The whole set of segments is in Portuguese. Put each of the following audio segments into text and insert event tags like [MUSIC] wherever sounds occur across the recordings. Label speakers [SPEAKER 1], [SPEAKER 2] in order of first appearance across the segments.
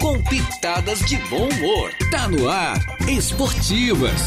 [SPEAKER 1] com pitadas de bom humor. Tá no ar, Esportivas.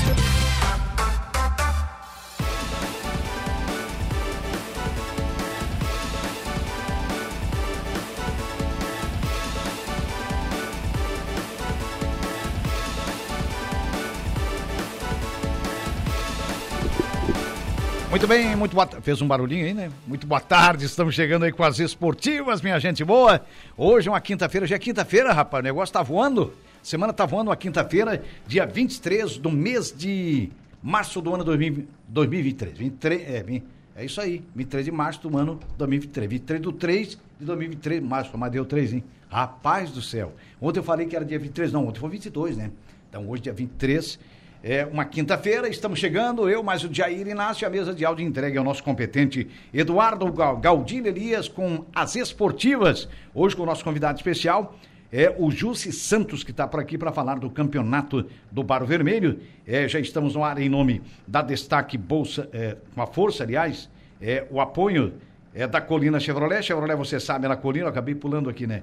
[SPEAKER 2] Muito bem, muito boa Fez um barulhinho aí, né? Muito boa tarde, estamos chegando aí com as esportivas, minha gente boa. Hoje é uma quinta-feira, já é quinta-feira, rapaz, o negócio tá voando. Semana tá voando, uma quinta-feira, dia 23 do mês de março do ano 2000 2023. 23, é, vim- é isso aí, 23 de março do ano 2023. 23 do 3 de 2023, março, mas deu 3, hein? Rapaz do céu. Ontem eu falei que era dia 23, não, ontem foi 22, né? Então hoje, dia 23, é uma quinta-feira, estamos chegando, eu mais o Jair Inácio, a mesa de áudio entregue ao nosso competente Eduardo Gal- Galdino Elias com as esportivas. Hoje com o nosso convidado especial é o Jussi Santos, que está por aqui para falar do campeonato do Barro Vermelho. É, já estamos no ar em nome da Destaque Bolsa, é, com a força, aliás, é, o apoio é da Colina Chevrolet. Chevrolet, você sabe, é na Colina, eu acabei pulando aqui, né?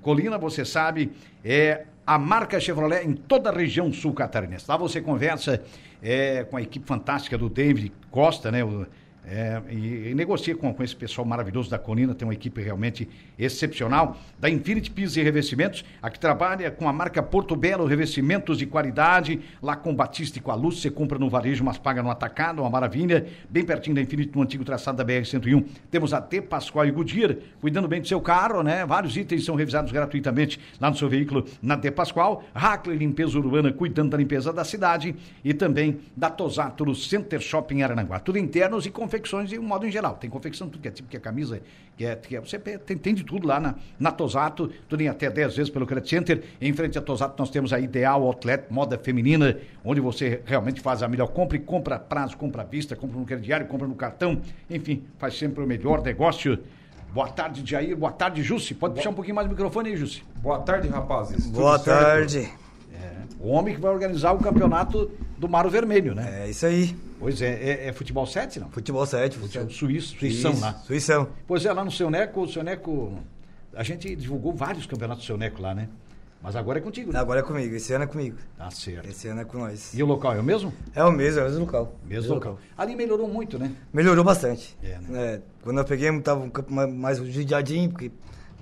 [SPEAKER 2] Colina, você sabe, é a marca Chevrolet em toda a região sul catarinense. Lá você conversa é, com a equipe fantástica do David Costa, né? O- é, e, e negocia com, com esse pessoal maravilhoso da Colina, tem uma equipe realmente excepcional. Da Infinity Pisos e Revestimentos, a que trabalha com a marca Porto Belo, revestimentos de qualidade, lá com o Batista e com a Luz, você compra no varejo, mas paga no atacado, uma maravilha, bem pertinho da Infinity, no antigo traçado da BR-101. Temos a T Pascoal e Goodyear, cuidando bem do seu carro, né? Vários itens são revisados gratuitamente lá no seu veículo, na T Pascoal. Hackley Limpeza Urbana, cuidando da limpeza da cidade e também da Tosato no Center Shopping Arananguá. Tudo internos e confecções de um modo em geral. Tem confecção, tudo que é tipo, que é camisa, que é, que é você pe- tem, tem de tudo lá na, na Tosato, tudo em até 10 vezes pelo Credit Center. Em frente à Tosato nós temos a Ideal Outlet Moda Feminina, onde você realmente faz a melhor compra e compra a prazo, compra à vista, compra no crediário, compra no cartão, enfim, faz sempre o melhor negócio. Boa tarde, Jair. Boa tarde, Jussi. Pode puxar um pouquinho mais o microfone aí, Jussi.
[SPEAKER 3] Boa tarde, rapazes. Tudo
[SPEAKER 4] Boa
[SPEAKER 3] certo?
[SPEAKER 4] tarde.
[SPEAKER 2] O homem que vai organizar o campeonato do Maro Vermelho, né?
[SPEAKER 4] É isso aí.
[SPEAKER 2] Pois é, é, é futebol 7, não?
[SPEAKER 4] Futebol 7, futebol.
[SPEAKER 2] Futebol É suíço, suíção
[SPEAKER 4] Isso,
[SPEAKER 2] lá.
[SPEAKER 4] Suíção.
[SPEAKER 2] Pois é, lá no seu Neco, o seu Neco. A gente divulgou vários campeonatos do seu Neco lá, né? Mas agora é contigo, né?
[SPEAKER 4] Agora é comigo, esse ano é comigo.
[SPEAKER 2] Tá certo.
[SPEAKER 4] Esse ano é com nós.
[SPEAKER 2] E o local é o mesmo?
[SPEAKER 4] É o mesmo, é o mesmo local.
[SPEAKER 2] Mesmo local. Ali melhorou muito, né?
[SPEAKER 4] Melhorou bastante.
[SPEAKER 2] É, né?
[SPEAKER 4] É, quando eu peguei, tava um campo ma- mais judiadinho, porque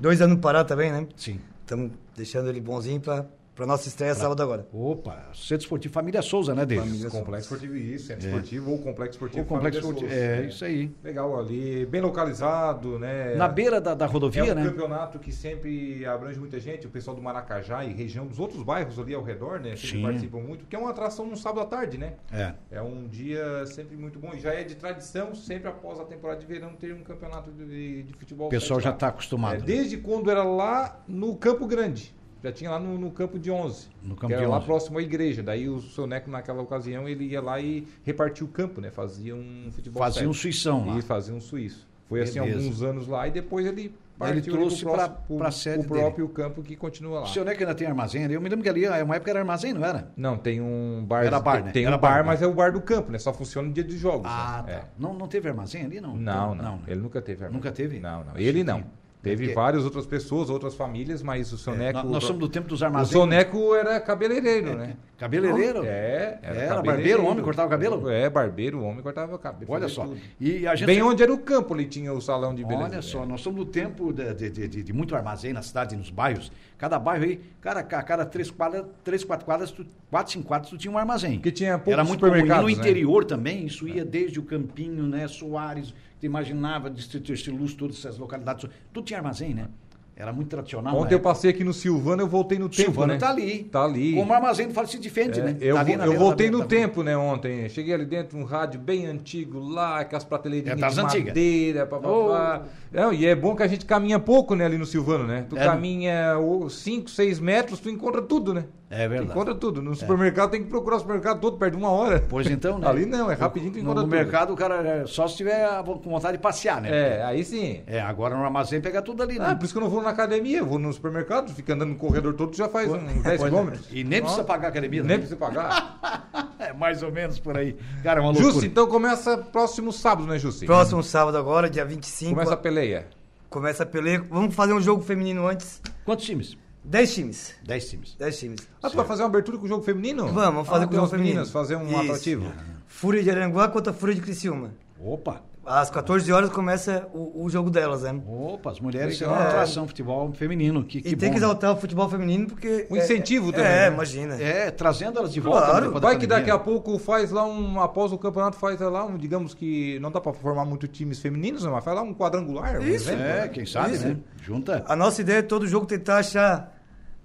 [SPEAKER 4] dois anos parar também, né?
[SPEAKER 2] Sim.
[SPEAKER 4] Estamos deixando ele bonzinho pra, pra nossa estreia sábado agora.
[SPEAKER 2] Opa, Centro Esportivo Família Souza, né, David?
[SPEAKER 4] Família Souza.
[SPEAKER 3] Complexo esportivo, isso, centro esportivo ou complexo esportivo.
[SPEAKER 2] É. O Complexo
[SPEAKER 3] Família
[SPEAKER 2] Esportivo.
[SPEAKER 3] Souza.
[SPEAKER 2] É, isso aí.
[SPEAKER 3] Legal ali, bem localizado, né?
[SPEAKER 2] Na beira da, da
[SPEAKER 3] é
[SPEAKER 2] rodovia,
[SPEAKER 3] um
[SPEAKER 2] né?
[SPEAKER 3] campeonato que sempre abrange muita gente, o pessoal do Maracajá e região dos outros bairros ali ao redor, né? Sempre
[SPEAKER 2] Sim.
[SPEAKER 3] participam muito, que é uma atração no sábado à tarde, né?
[SPEAKER 2] É.
[SPEAKER 3] É um dia sempre muito bom e já é de tradição, sempre após a temporada de verão, ter um campeonato de, de futebol.
[SPEAKER 2] O pessoal
[SPEAKER 3] sete
[SPEAKER 2] já
[SPEAKER 3] lá.
[SPEAKER 2] está acostumado.
[SPEAKER 3] É,
[SPEAKER 2] né?
[SPEAKER 3] desde quando era lá no Campo Grande. Já tinha lá no, no Campo de 11.
[SPEAKER 2] No Campo
[SPEAKER 3] que era
[SPEAKER 2] de
[SPEAKER 3] lá
[SPEAKER 2] 11.
[SPEAKER 3] próximo à igreja. Daí o seu Neco, naquela ocasião, ele ia lá e repartia o campo, né? Fazia um futebol.
[SPEAKER 2] Fazia um
[SPEAKER 3] suíço.
[SPEAKER 2] suição lá.
[SPEAKER 3] E fazia um suíço. Foi assim
[SPEAKER 2] Beleza.
[SPEAKER 3] alguns anos lá e depois ele
[SPEAKER 2] Aí ele
[SPEAKER 3] partiu
[SPEAKER 2] trouxe
[SPEAKER 3] pro
[SPEAKER 2] pra-
[SPEAKER 3] próximo- pro-
[SPEAKER 2] pra sede
[SPEAKER 3] pro próprio campo que continua lá.
[SPEAKER 2] O seu Neco ainda tem armazém ali. Eu me lembro que ali, é uma época era armazém, não era?
[SPEAKER 3] Não, tem um bar.
[SPEAKER 2] Era bar,
[SPEAKER 3] tem,
[SPEAKER 2] né?
[SPEAKER 3] tem
[SPEAKER 2] Era
[SPEAKER 3] um bar,
[SPEAKER 2] bar, né?
[SPEAKER 3] mas é o bar do campo, né? Só funciona no dia dos jogos.
[SPEAKER 2] Ah,
[SPEAKER 3] né?
[SPEAKER 2] tá. Não, não teve armazém ali, não?
[SPEAKER 3] É. Não, não,
[SPEAKER 2] né?
[SPEAKER 3] Ele nunca teve.
[SPEAKER 2] Nunca teve?
[SPEAKER 3] Não, não. Ele não. Teve
[SPEAKER 2] Porque-
[SPEAKER 3] várias outras pessoas, outras famílias, mas o seu Neco.
[SPEAKER 2] É Nós, nós somos do tempo dos
[SPEAKER 3] O
[SPEAKER 2] armazéns.
[SPEAKER 3] Soneco era cabeleireiro, né?
[SPEAKER 2] Cabeleireiro?
[SPEAKER 3] É,
[SPEAKER 2] Era barbeiro, homem cortava o cabelo?
[SPEAKER 3] É, barbeiro, o homem cortava o cabelo.
[SPEAKER 2] Olha
[SPEAKER 3] fazia
[SPEAKER 2] só.
[SPEAKER 3] tudo.
[SPEAKER 2] E a gente
[SPEAKER 3] Bem um- onde era o campo, ele tinha o salão de beleza.
[SPEAKER 2] Olha só, nós somos do tempo de, de- de- de- de muito armazém na cidade, nos bairros. Cada bairro aí, cara, a cada três quadras, três, quatro quadras, tu, quatro, cinco quadras, tu tinha um armazém.
[SPEAKER 3] Que tinha poucos
[SPEAKER 2] Era muito comum. E no
[SPEAKER 3] supermercados, né? É.
[SPEAKER 2] interior também, isso ia desde o Campinho, né, Soares, tu imaginava, Distrito Estiluz, todas essas localidades. Tudo tinha armazém, né? Era muito tradicional.
[SPEAKER 3] Ontem
[SPEAKER 2] né?
[SPEAKER 3] eu passei aqui no Silvano, eu voltei no tempo,
[SPEAKER 2] Silvano
[SPEAKER 3] né?
[SPEAKER 2] tá ali.
[SPEAKER 3] Tá ali.
[SPEAKER 2] Como armazém do Falso Defende,
[SPEAKER 3] É,
[SPEAKER 2] né?
[SPEAKER 3] Eu,
[SPEAKER 2] Tá ali
[SPEAKER 3] vo-
[SPEAKER 2] na
[SPEAKER 3] eu
[SPEAKER 2] beira
[SPEAKER 3] voltei
[SPEAKER 2] da-
[SPEAKER 3] no
[SPEAKER 2] da-
[SPEAKER 3] tempo, né, ontem. Cheguei ali dentro, um rádio bem antigo lá, com as prateleirinhas
[SPEAKER 2] É das
[SPEAKER 3] de
[SPEAKER 2] antigas.
[SPEAKER 3] madeira, pá, pá, pá. Não, e é bom que a gente caminha pouco, né, ali no Silvano, né? Tu
[SPEAKER 2] É.
[SPEAKER 3] caminha 5, 6 metros, tu encontra tudo, né?
[SPEAKER 2] É verdade.
[SPEAKER 3] Tu encontra tudo. No supermercado tem que procurar o supermercado todo, perde uma hora.
[SPEAKER 2] Pois então, né?
[SPEAKER 3] Ali não, é rapidinho que
[SPEAKER 2] no,
[SPEAKER 3] encontra
[SPEAKER 2] no
[SPEAKER 3] tudo.
[SPEAKER 2] mercado, o cara, é, só se tiver a vo- com vontade de passear, né?
[SPEAKER 3] É, aí sim.
[SPEAKER 2] É, agora no armazém pega tudo ali, né?
[SPEAKER 3] Ah, por isso que eu não vou na academia, eu vou no supermercado, fica andando no corredor todo, já faz uns 10
[SPEAKER 2] Pois é.
[SPEAKER 3] quilômetros.
[SPEAKER 2] E nem precisa pagar a academia.
[SPEAKER 3] Nem
[SPEAKER 2] né?
[SPEAKER 3] precisa pagar.
[SPEAKER 2] É mais ou menos por aí. Cara, é uma loucura.
[SPEAKER 3] Justo, então começa próximo sábado, né, Justi?
[SPEAKER 4] Próximo sábado agora, dia 25,
[SPEAKER 3] Começa a
[SPEAKER 4] começa,
[SPEAKER 3] peleia.
[SPEAKER 4] começa a peleia. Vamos fazer um jogo feminino antes.
[SPEAKER 2] Quantos times?
[SPEAKER 4] Dez times.
[SPEAKER 2] 10 times.
[SPEAKER 4] Dez times.
[SPEAKER 3] Ah, tu vai fazer uma abertura com o jogo feminino?
[SPEAKER 4] Vamos, vamos fazer
[SPEAKER 3] Ah,
[SPEAKER 4] com
[SPEAKER 3] tem
[SPEAKER 4] o
[SPEAKER 3] umas
[SPEAKER 4] jogo feminino.
[SPEAKER 3] meninas, fazer um
[SPEAKER 4] Isso. É.
[SPEAKER 3] atrativo.
[SPEAKER 4] Fúria de Aranguá contra Fúria de Criciúma.
[SPEAKER 2] Opa!
[SPEAKER 4] Às 14 horas começa o, o jogo delas, né?
[SPEAKER 2] Opa, as mulheres são
[SPEAKER 3] Legal.
[SPEAKER 2] uma atração futebol feminino. Que, que
[SPEAKER 4] E tem
[SPEAKER 2] bom,
[SPEAKER 4] que
[SPEAKER 2] né?
[SPEAKER 4] exaltar o futebol feminino porque.
[SPEAKER 3] Um
[SPEAKER 4] é-
[SPEAKER 3] incentivo
[SPEAKER 4] é,
[SPEAKER 3] também,
[SPEAKER 4] É,
[SPEAKER 3] né?
[SPEAKER 4] imagina.
[SPEAKER 2] É, trazendo elas de volta.
[SPEAKER 4] Claro,
[SPEAKER 2] depois da
[SPEAKER 3] Vai que
[SPEAKER 2] pandemia,
[SPEAKER 3] daqui a
[SPEAKER 2] né?
[SPEAKER 3] pouco faz lá um. Após o campeonato, faz lá um, digamos que. Não dá pra formar muito times femininos, mas faz lá um quadrangular. um
[SPEAKER 4] Isso.
[SPEAKER 3] exemplo,
[SPEAKER 2] É,
[SPEAKER 3] né?
[SPEAKER 2] quem sabe,
[SPEAKER 4] Isso.
[SPEAKER 2] né? Junta.
[SPEAKER 4] A nossa ideia é todo jogo tentar achar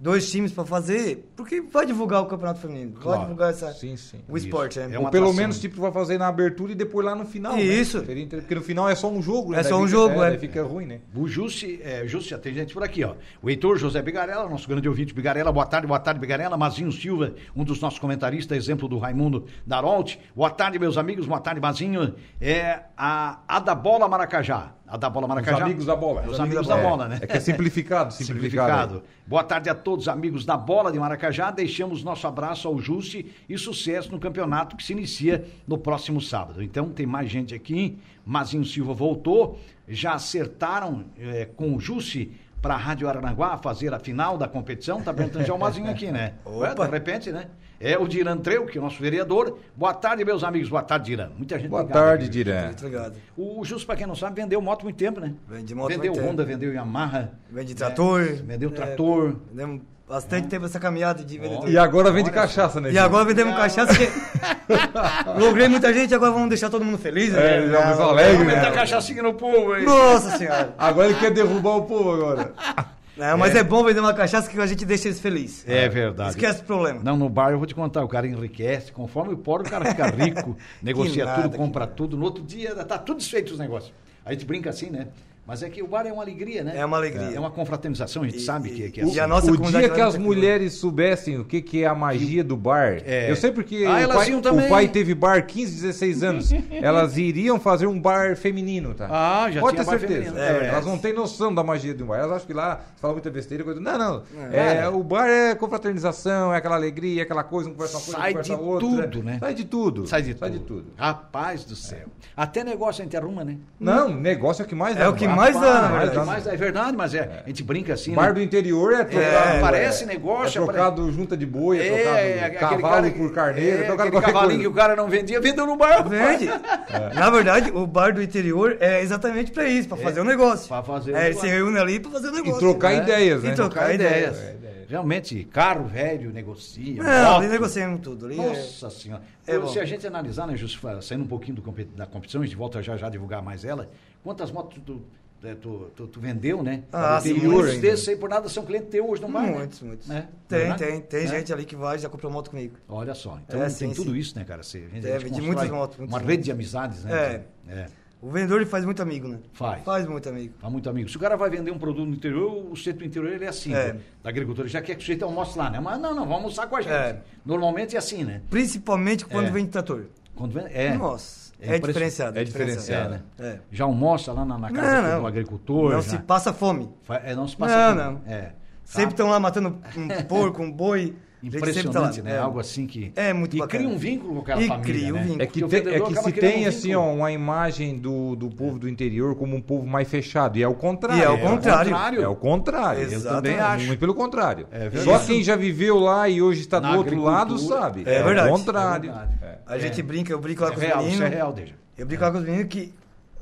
[SPEAKER 4] dois times pra fazer, porque vai divulgar o campeonato feminino,
[SPEAKER 2] Claro.
[SPEAKER 4] vai divulgar essa,
[SPEAKER 3] Sim, sim.
[SPEAKER 4] o esporte, né?
[SPEAKER 2] É
[SPEAKER 4] É,
[SPEAKER 2] uma
[SPEAKER 3] Ou pelo
[SPEAKER 2] atração.
[SPEAKER 3] menos tipo vai fazer na abertura e depois lá no final. né?
[SPEAKER 4] Isso.
[SPEAKER 3] Seria inter- Porque no final é só um jogo, né?
[SPEAKER 4] É
[SPEAKER 3] Daí
[SPEAKER 4] só um
[SPEAKER 3] fica-
[SPEAKER 4] jogo, é.
[SPEAKER 3] daí Fica ruim, né?
[SPEAKER 2] O Jusce, é, Jusce, já tem gente por aqui, ó. O Heitor José Bigarella, nosso grande ouvinte Bigarella, boa tarde, boa tarde, Bigarella. Mazinho Silva, um dos nossos comentaristas, exemplo do Raimundo Darolt. Boa tarde, meus amigos, boa tarde, Mazinho. É a, a da bola Maracajá. A da bola Maracajá.
[SPEAKER 3] amigos da bola.
[SPEAKER 2] Os, amigos,
[SPEAKER 3] Os amigos
[SPEAKER 2] da,
[SPEAKER 3] da
[SPEAKER 2] bola,
[SPEAKER 3] bola.
[SPEAKER 2] né?
[SPEAKER 3] É que é simplificado, simplificado.
[SPEAKER 2] Boa tarde a todos, amigos da bola de Maracajá. Deixamos nosso abraço ao Jusce e sucesso no campeonato que se inicia no próximo sábado. Então tem mais gente aqui. Mazinho Silva voltou. Já acertaram eh, com o Jusce para a Rádio Aranaguá fazer a final da competição. Tá perguntando já o Mazinho aqui, né? Ué, de repente, né? É o Diran Treu, que é o nosso vereador. Boa tarde, meus amigos. Boa tarde, Diran. Muita gente
[SPEAKER 3] Boa
[SPEAKER 2] ligada
[SPEAKER 3] tarde,
[SPEAKER 2] aqui. né?
[SPEAKER 3] Diran.
[SPEAKER 4] Entregado.
[SPEAKER 2] O Jusce, para quem não sabe, vendeu moto há muito tempo, né?
[SPEAKER 4] Vende moto há
[SPEAKER 2] Vendeu
[SPEAKER 4] muito tempo.
[SPEAKER 2] Honda, vendeu Yamaha.
[SPEAKER 4] Vende
[SPEAKER 2] né?
[SPEAKER 4] trator.
[SPEAKER 2] Vendeu
[SPEAKER 4] é,
[SPEAKER 2] trator.
[SPEAKER 4] Vendemos bastante tempo essa caminhada de vendedor.
[SPEAKER 3] É. E agora vem de
[SPEAKER 2] Olha só.
[SPEAKER 3] cachaça, né?
[SPEAKER 4] E
[SPEAKER 3] Diran?
[SPEAKER 4] agora vendemos cachaça
[SPEAKER 2] [LAUGHS]
[SPEAKER 4] que. Logrei muita gente, agora vamos deixar todo mundo feliz, né?
[SPEAKER 3] É, já
[SPEAKER 4] Não,
[SPEAKER 3] nos alegre,
[SPEAKER 4] não,
[SPEAKER 3] né?
[SPEAKER 2] Tá cachaçinha no povo, hein?
[SPEAKER 4] Nossa senhora!
[SPEAKER 3] Agora ele quer derrubar o povo agora.
[SPEAKER 4] Não, mas é. bom vender uma cachaça que a gente deixa eles felizes.
[SPEAKER 2] É verdade.
[SPEAKER 4] Esquece o problema.
[SPEAKER 2] Não, no bar eu vou te contar, o cara enriquece, conforme o pobre, o cara
[SPEAKER 4] [LAUGHS]
[SPEAKER 2] fica rico, negocia
[SPEAKER 4] nada,
[SPEAKER 2] tudo,
[SPEAKER 4] que
[SPEAKER 2] compra tudo, no outro dia tá tudo desfeito os negócios. A gente brinca assim, né? Mas é que o bar é uma alegria, né?
[SPEAKER 4] É uma alegria.
[SPEAKER 2] É uma confraternização, a gente
[SPEAKER 4] E-
[SPEAKER 2] sabe que, que é
[SPEAKER 4] e
[SPEAKER 2] assim.
[SPEAKER 4] a nossa
[SPEAKER 3] o
[SPEAKER 4] comunidade
[SPEAKER 3] dia que
[SPEAKER 4] lá
[SPEAKER 3] as
[SPEAKER 4] no
[SPEAKER 3] mulheres soubessem o que, que é a magia do bar,
[SPEAKER 2] É.
[SPEAKER 3] eu sei porque
[SPEAKER 2] Ah,
[SPEAKER 3] o,
[SPEAKER 2] elas
[SPEAKER 3] pai,
[SPEAKER 2] iam também.
[SPEAKER 3] o pai teve bar 15,
[SPEAKER 2] [LAUGHS]
[SPEAKER 3] 16 anos, elas iriam fazer um bar feminino, tá?
[SPEAKER 2] Ah, já
[SPEAKER 3] Pode
[SPEAKER 2] tinha
[SPEAKER 3] ter
[SPEAKER 2] bar
[SPEAKER 3] certeza.
[SPEAKER 2] feminino.
[SPEAKER 3] É,
[SPEAKER 4] É.
[SPEAKER 3] Elas não têm noção da magia do bar. Elas acham que lá você fala muita besteira, coisa. Não, não. É, o bar é confraternização, é aquela alegria, é aquela coisa, um conversa uma coisa,
[SPEAKER 2] Sai
[SPEAKER 3] um conversa
[SPEAKER 2] de
[SPEAKER 3] outra.
[SPEAKER 2] tudo, né?
[SPEAKER 3] Sai de tudo.
[SPEAKER 2] Sai de
[SPEAKER 3] Sai
[SPEAKER 2] tudo.
[SPEAKER 3] de tudo.
[SPEAKER 2] Rapaz do céu. Até negócio a gente arruma, né?
[SPEAKER 3] Não, negócio é o que mais
[SPEAKER 4] É
[SPEAKER 3] dá
[SPEAKER 4] o
[SPEAKER 3] no
[SPEAKER 4] que
[SPEAKER 3] bar.
[SPEAKER 4] mais dá, na
[SPEAKER 2] Rapaz,
[SPEAKER 4] verdade.
[SPEAKER 2] mas é verdade, mas é, a gente brinca assim,
[SPEAKER 3] Bar do
[SPEAKER 2] né?
[SPEAKER 3] interior é trocado.
[SPEAKER 2] É, parece negócio,
[SPEAKER 3] É trocado junta de boi, é,
[SPEAKER 2] aquele
[SPEAKER 3] trocado cavalo
[SPEAKER 2] cara-
[SPEAKER 3] por carneiro,
[SPEAKER 2] é,
[SPEAKER 3] é, trocado
[SPEAKER 2] aquele
[SPEAKER 3] qualquer
[SPEAKER 2] cavalinho
[SPEAKER 3] coisa.
[SPEAKER 2] que o cara não vendia, vendeu no bar.
[SPEAKER 4] Vende.
[SPEAKER 2] É.
[SPEAKER 4] Na verdade, o bar do interior é exatamente pra isso, pra fazer o negócio.
[SPEAKER 2] pra fazer um o
[SPEAKER 4] É, eles
[SPEAKER 2] negócio.
[SPEAKER 4] se reúne ali pra fazer o negócio.
[SPEAKER 3] trocar ideias, né?
[SPEAKER 4] E trocar
[SPEAKER 2] Trocar ideias.
[SPEAKER 4] ideias.
[SPEAKER 2] É Realmente, carro velho negocia.
[SPEAKER 4] Não,
[SPEAKER 2] moto.
[SPEAKER 4] ali negociamos tudo. Ali é-
[SPEAKER 2] Nossa senhora.
[SPEAKER 4] É
[SPEAKER 2] Eu-
[SPEAKER 4] bom.
[SPEAKER 2] se a gente analisar, né, Justo, saindo um pouquinho do competi- da competição, a gente volta já já a divulgar mais ela, quantas motos tu, eh, tu, tu- tu vendeu, né?
[SPEAKER 4] Ah,
[SPEAKER 2] tem
[SPEAKER 4] sim,
[SPEAKER 2] muitos
[SPEAKER 3] ainda.
[SPEAKER 2] desses aí por nada são clientes teus hoje no bar, né?
[SPEAKER 4] Muitos, muitos.
[SPEAKER 2] Né?
[SPEAKER 4] Tem,
[SPEAKER 2] Não é?
[SPEAKER 4] tem. Tem
[SPEAKER 2] É.
[SPEAKER 4] gente ali que vai, já comprou moto comigo.
[SPEAKER 2] Olha só, então
[SPEAKER 4] É,
[SPEAKER 2] tem
[SPEAKER 4] sim,
[SPEAKER 2] tudo
[SPEAKER 4] sim.
[SPEAKER 2] isso, né, cara? Você, a gente
[SPEAKER 4] É,
[SPEAKER 2] constrói
[SPEAKER 4] de muitas motos, muitas
[SPEAKER 2] uma
[SPEAKER 4] motos.
[SPEAKER 2] rede de amizades, né? É.
[SPEAKER 4] O vendedor ele faz muito amigo, né?
[SPEAKER 2] Faz.
[SPEAKER 4] Faz muito amigo.
[SPEAKER 2] Há Tá muito amigo. Se o cara vai vender um produto no interior, o centro do interior ele é assim,
[SPEAKER 4] É.
[SPEAKER 2] né? da agricultura. Ele já quer que o sujeito almoce lá, né? Mas não, não, vamos almoçar com a gente.
[SPEAKER 4] É.
[SPEAKER 2] Normalmente é assim, né?
[SPEAKER 4] Principalmente quando
[SPEAKER 2] É.
[SPEAKER 4] vende trator.
[SPEAKER 2] Quando vem, é.
[SPEAKER 4] Nossa,
[SPEAKER 2] É
[SPEAKER 4] é,
[SPEAKER 2] impression-
[SPEAKER 4] diferenciado.
[SPEAKER 3] é
[SPEAKER 2] É,
[SPEAKER 3] diferenciado.
[SPEAKER 2] né?
[SPEAKER 4] É.
[SPEAKER 2] Já almoça lá na, na casa
[SPEAKER 4] Não,
[SPEAKER 2] do
[SPEAKER 4] não.
[SPEAKER 2] agricultor.
[SPEAKER 4] Não
[SPEAKER 2] já.
[SPEAKER 4] se passa fome.
[SPEAKER 2] Fa- é, não se passa.
[SPEAKER 4] Não,
[SPEAKER 2] tudo.
[SPEAKER 4] não.
[SPEAKER 2] É.
[SPEAKER 4] Sempre
[SPEAKER 2] Tá?
[SPEAKER 4] estão lá matando um
[SPEAKER 2] [LAUGHS]
[SPEAKER 4] porco, um boi. Ele sempre tá lá.
[SPEAKER 2] Impressionante, né?
[SPEAKER 4] É.
[SPEAKER 2] Algo assim que.
[SPEAKER 4] É muito
[SPEAKER 2] E
[SPEAKER 4] bacana.
[SPEAKER 2] cria um vínculo com aquela
[SPEAKER 4] E
[SPEAKER 2] família.
[SPEAKER 4] cria um
[SPEAKER 2] né?
[SPEAKER 4] vínculo.
[SPEAKER 3] É que,
[SPEAKER 2] Porque o
[SPEAKER 3] tem- é
[SPEAKER 2] vendedor
[SPEAKER 3] que
[SPEAKER 2] acaba
[SPEAKER 3] se
[SPEAKER 2] criando
[SPEAKER 3] tem
[SPEAKER 2] um
[SPEAKER 3] assim ó,
[SPEAKER 2] vínculo.
[SPEAKER 3] uma imagem do, do povo do interior como um povo mais fechado. E é o contrário.
[SPEAKER 4] E é
[SPEAKER 3] É
[SPEAKER 4] o
[SPEAKER 3] o
[SPEAKER 4] contrário.
[SPEAKER 3] contrário. É o contrário.
[SPEAKER 2] Eu
[SPEAKER 4] Exatamente.
[SPEAKER 2] também acho.
[SPEAKER 3] Muito pelo contrário.
[SPEAKER 2] É verdade.
[SPEAKER 3] Só quem já viveu lá e hoje está do
[SPEAKER 2] Na
[SPEAKER 3] outro lado
[SPEAKER 2] agricultura.
[SPEAKER 3] sabe.
[SPEAKER 4] É verdade.
[SPEAKER 3] O contrário.
[SPEAKER 2] É verdade.
[SPEAKER 3] É.
[SPEAKER 4] A gente brinca, eu brinco lá
[SPEAKER 2] É
[SPEAKER 4] com
[SPEAKER 2] real,
[SPEAKER 4] os
[SPEAKER 2] isso é
[SPEAKER 4] meninos.
[SPEAKER 2] real, É. Deja.
[SPEAKER 4] Eu brinco lá com os meninos que